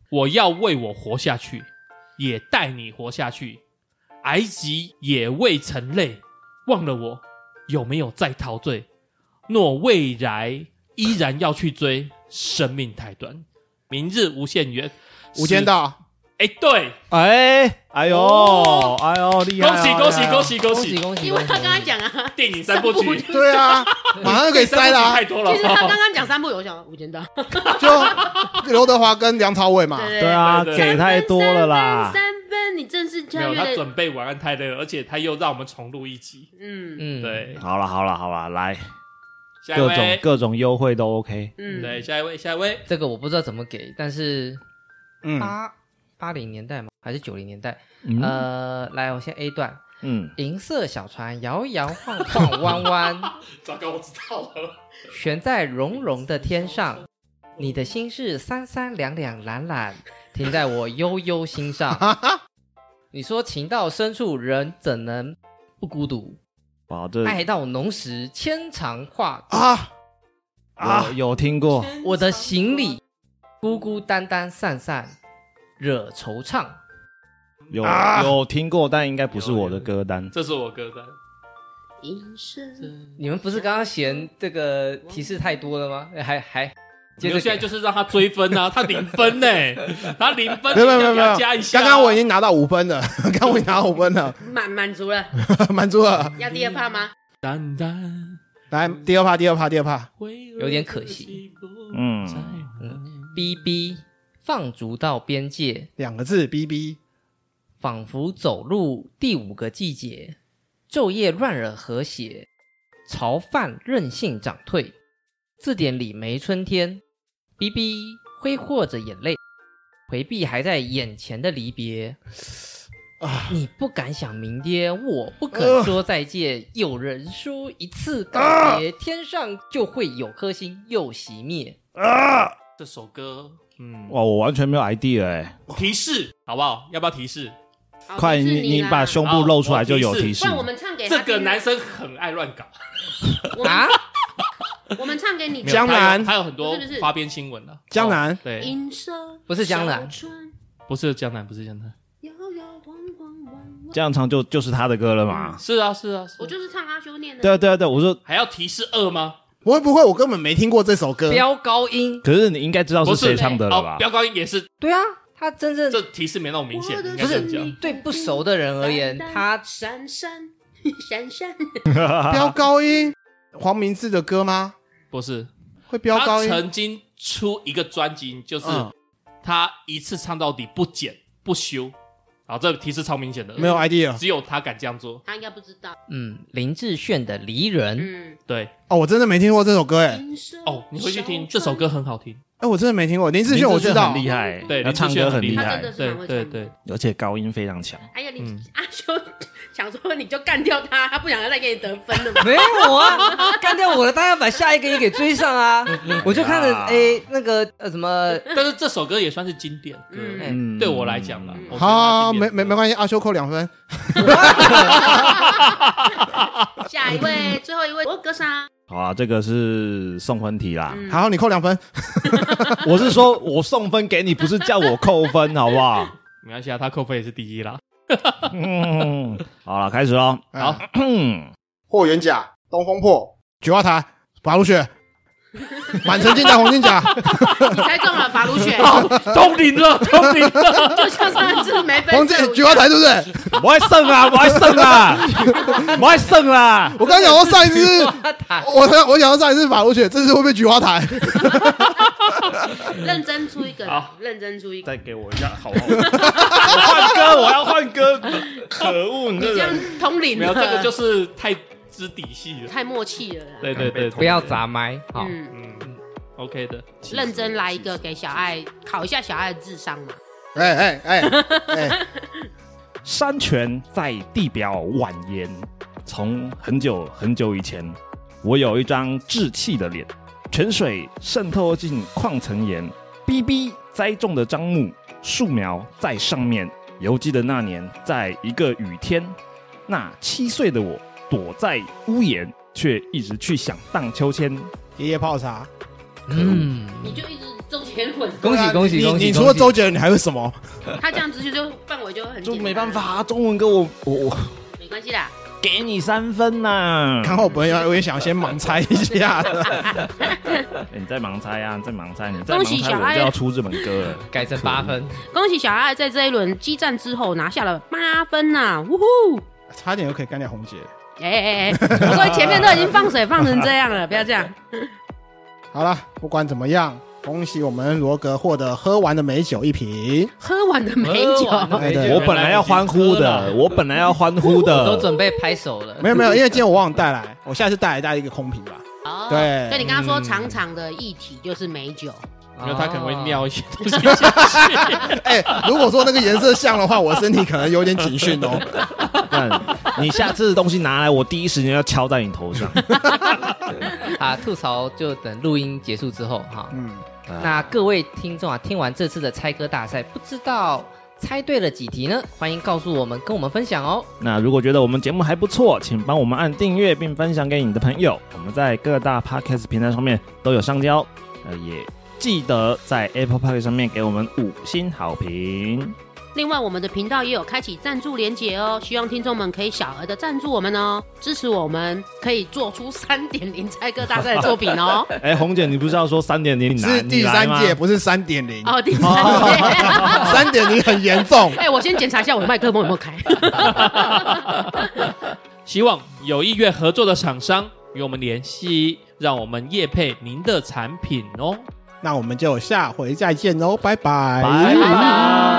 S2: 我要为我活下去，也带你活下去。埃及也未曾累，忘了我有没有在陶醉？若未来依然要去追，生命太短，明日无限远。
S5: 无间道，
S2: 哎，对，
S7: 哎哎呦
S2: 哦
S7: 哎呦厉害
S2: 恭
S7: 啊！
S2: 喜
S5: 哎
S2: 恭喜恭喜
S3: 恭
S2: 恭
S3: 喜
S2: 喜！
S3: 恭喜！
S1: 因为他
S3: 恭喜
S1: 刚刚，讲啊，
S2: 电影三部曲
S1: 三部，
S5: 对 啊，马上就可以塞啊啦、
S2: 太多了
S1: 其实他刚刚讲三部，我想无间道，
S5: 就刘德华跟梁朝伟嘛，
S1: 对
S7: 对啊，
S2: 对对
S7: 给太多了啦
S1: 三分，三分，你正式
S2: 没
S1: 跳
S2: 有，他
S1: 跃的，
S2: 准备晚安太累了，而且他又让我们重录一集。
S1: 嗯
S3: 嗯，
S2: 对，
S4: 好了好了好了，来，
S2: 下一
S7: 各种
S2: 位，
S7: 各种优惠都 OK。
S1: 嗯，
S2: 对，下一位，下一位，
S3: 这个我不知道怎么给，但是
S5: 嗯，
S3: 八八零年代吗？还是九零年代？
S4: 嗯
S3: 呃，来，我先 A 段，
S4: 嗯，
S3: 银色小船摇摇晃晃弯弯，
S2: 糟糕，我知道了，
S3: 悬在融融的天上，你的心事三三两两懒懒，停在我悠悠心 上。你说情到深处人怎能不孤独？
S4: 哇，这
S1: 哎
S3: 爱到浓时牵肠挂肚，
S5: 啊，
S4: 啊有有听过，
S3: 我的行李孤孤单单散散，惹惆怅。
S4: 有
S5: 啊
S4: 有听过，但应该不是我的歌单。
S2: 这是我歌单。
S1: 一生
S3: 你们不是刚刚嫌这个提示太多了吗？还还
S2: 接
S3: 接
S2: 着
S3: 着
S2: 现在
S3: 给
S2: 就是让他追分 啊，他零分呢、他零分，
S5: 没有没有
S2: 你 要给
S5: 没有没
S2: 他
S5: 有
S2: 加一，下啊。
S5: 刚刚我已经拿到五分了， 刚刚我已经拿到五分了，
S1: 满满足了，
S5: 满足了。
S1: 要第二趴吗？
S2: 淡淡
S5: 来，第二趴，第二趴，第二趴，
S3: 有点可惜。
S4: 嗯，
S3: B B 放逐到边界，
S5: 两个字，B B，
S3: 仿佛走入第五个季节，昼夜乱惹和谐，潮泛任性涨退。字典里没春天，B B 挥霍着眼泪，回避还在眼前的离别。你不敢想明天，我不肯说再见。有人说一次告别，天上就会有颗星又熄灭。
S2: 这首歌，嗯，
S4: 哇，我完全没有 idea 哎，
S2: 提示好不好？要不要提示？
S1: 好
S4: 快
S1: 迪士
S4: 你
S1: 尼
S4: 你
S1: 啦哦
S4: 把胸部露出来就有提示
S1: 不。然我们唱给他
S2: 这个
S1: 听
S2: 男，生很爱乱搞，
S1: 我们
S3: 啊，
S1: 我们唱给你
S2: 没
S1: 听
S2: 有
S5: 江南
S2: 他有他有很多
S1: 不是不是
S2: 花边新闻啊。
S5: 江南，
S2: 对，
S1: 银色
S3: 不是江南
S1: 小船
S2: 不是江南，不是江南，
S1: 摇摇晃晃弯弯
S4: 这样唱就就是他的歌了嘛？
S2: 是啊，是啊，是
S1: 我
S2: 啊
S1: 就是唱阿修念的。
S4: 对啊对啊对啊，我说，
S2: 还要提示二吗？
S5: 不会不会，我根本没听过这 首歌。
S3: 飙高音。
S4: 可是你应该知道
S2: 不
S4: 是
S2: 是
S4: 谁唱的了
S2: 哦
S4: 吧，？
S2: 飙高音也是，
S3: 对啊，他真正
S2: 这提示没那么明显，
S1: 我的
S2: 应该这样讲。
S3: 对不熟的人而言，
S1: 淡淡
S3: 他
S1: 闪闪闪闪，
S5: 飙高音，黄明志的歌吗？
S2: 不是，
S5: 会飙高
S2: 他
S5: 音？
S2: 曾经出一个专辑，就是
S5: 嗯
S2: 他一次唱到底不剪不修，然后这提示超明显的，
S5: 没有啊 idea
S2: 只有他敢这样做。
S1: 他应该不知道。
S3: 嗯，林志炫的《离人》
S1: 嗯，
S2: 对，
S5: 哦，我真的没听过这首歌，哎，
S1: 银色
S2: 哦，你回去
S1: 嗯
S2: 听
S1: 小船
S2: 这首歌，很好听，
S5: 哎，我真的没听过。林志炫我知道
S4: 林志炫很，厉害，
S2: 对，
S4: 他
S2: 林志
S4: 唱
S2: 炫
S4: 歌很
S2: 厉
S4: 厉
S1: 哦他
S4: 害
S1: 真的，是
S2: 对
S1: 蛮会
S2: 对
S1: 唱的。
S2: 对，
S4: 而且高音非常强。
S1: 还有哎你
S2: 嗯
S1: 阿修想说你就干掉他，他不想再给你得分 了嘛。
S3: 没有啊，干掉我的，大家把下一个也给追上啊！
S1: 嗯
S3: 我就看着
S4: 啊
S3: 哎、那个呃 什么，
S2: 但是这首歌也算是经典歌，
S1: 嗯
S3: 哎
S4: 嗯
S2: 对我来讲啦，我觉得它
S5: 好好，好
S2: 经典
S5: 没
S2: 歌
S5: 没没关系，阿修扣两分。
S1: 下一位，最后一位，我格 杀。
S4: 好啊，这个是送分题啦。
S1: 嗯
S5: 好，你扣两分。
S4: 我是说，我送分给你，不是叫我扣分，好不好？
S2: 没关系啊，他扣分也是第一啦。
S4: 嗯，好了，开始喽。
S2: 好，
S5: 嗯霍元甲、东风破、菊花台、法如雪、满城尽带黄金甲。
S1: 你猜中了法如雪，
S2: 哦通灵了，通灵 了，
S1: 就像上次没
S5: 黄
S1: 分
S5: 金
S1: 数
S5: 菊花台对不对？
S4: 我还剩啊，我还剩啊，我还剩啊。
S5: 我刚刚想说上一次是，
S3: 他打
S5: 我我想到上一次是法如雪，这次会不会菊花 台？
S1: 认真出一个
S2: 好，
S1: 认真出一个。
S4: 再给我一下，好不好？我换歌，我要换歌。可恶，你
S1: 你这样通灵
S2: 没有
S1: 了，
S2: 这个就是太知底细了。
S1: 太默契了啦。
S2: 对对对，
S3: 不要砸麦，好，
S1: 嗯，
S2: 嗯嗯，OK 的，
S1: 认真来一个给小爱考一下小爱的智商嘛。
S5: 哎哎哎哎，
S4: 山泉在地表蜿蜒。从很久很久以前，我有一张稚气的脸，泉水渗透进矿层岩，B B 栽种的樟木树苗在上面。游记的那年，在一个雨天，那七岁的我躲在屋檐，却一直去想荡秋千。
S5: 爷爷泡茶。
S3: 嗯，
S1: 你就一直周杰伦，
S3: 恭喜恭喜
S5: 啊你
S3: 恭喜！
S5: 你除了
S3: 恭喜
S5: 周，杰伦，你还会什么？
S1: 他这样子就就范围就很
S4: 就
S1: 简单
S4: 没办法、，啊，中文歌我我我
S1: 没关系啦。
S4: 给你三分呐、
S5: 刚好本来我也想先盲猜一下的，
S4: 欸你在盲猜啊，你在盲猜，你在
S1: 恭喜
S4: 盲猜，
S1: 小
S4: 我
S1: 爱
S4: 就要出日本歌了。
S3: 改成八分，
S1: 恭喜小爱在这一轮激战之后拿下了八分呐、呜呼！
S5: 差点又可以干掉红姐了。
S1: 哎哎哎，不过前面都已经放水放成这样了，不要这样。
S5: 好了，不管怎么样，恭喜我们罗格获得喝完的美酒一瓶。
S1: 喝完的美酒，
S3: 喝完了
S5: 哎对
S4: 我本来要欢呼的，我本来要欢
S3: 都
S4: 呼 的，
S3: 准备拍手了
S5: 没。有没
S1: 嗯
S5: 有，因为今天我忘了带来，我下次带来带一个空瓶吧。
S1: 哦
S5: 对
S1: 所以你刚刚说长长的一体就是美酒，
S2: 然后他可能会
S3: 哦。
S2: 尿一些东西 进去。
S5: 哎、如果说那个颜色像的话，我身体可能有点警讯哦。
S4: 但你下次东西拿来，我第一时间要敲在你头上。
S3: 啊，吐槽就等录音结束之后哈。
S5: 嗯，
S3: 那各位听众啊，听完这次的猜歌大赛，不知道猜对了几题呢？欢迎告诉我们，跟我们分享哦。
S4: 那如果觉得我们节目还不错，请帮我们按订阅并分享给你的朋友。我们在各大 podcast 平台上面都有上交，呃，也记得在 Apple Park 上面给我们五星好评。
S1: 另外，我们的频道也有开启赞助连结哦，希望听众们可以小额的赞助我们哦，支持我们可以做出三点零猜歌大赛的作品哦。
S4: 哎，红姐，你不是要说三点零你来
S5: 是第三届，？不是三点零。
S1: 哦，第三节，
S5: 三点零很严重。
S1: 哎，我先检查一下我的麦克风有没有开。
S2: 希望有意愿合作的厂商与我们联系，让我们业配您的产品哦。
S5: 那我们就下回再见喽，拜拜。
S4: 你来吗拜拜。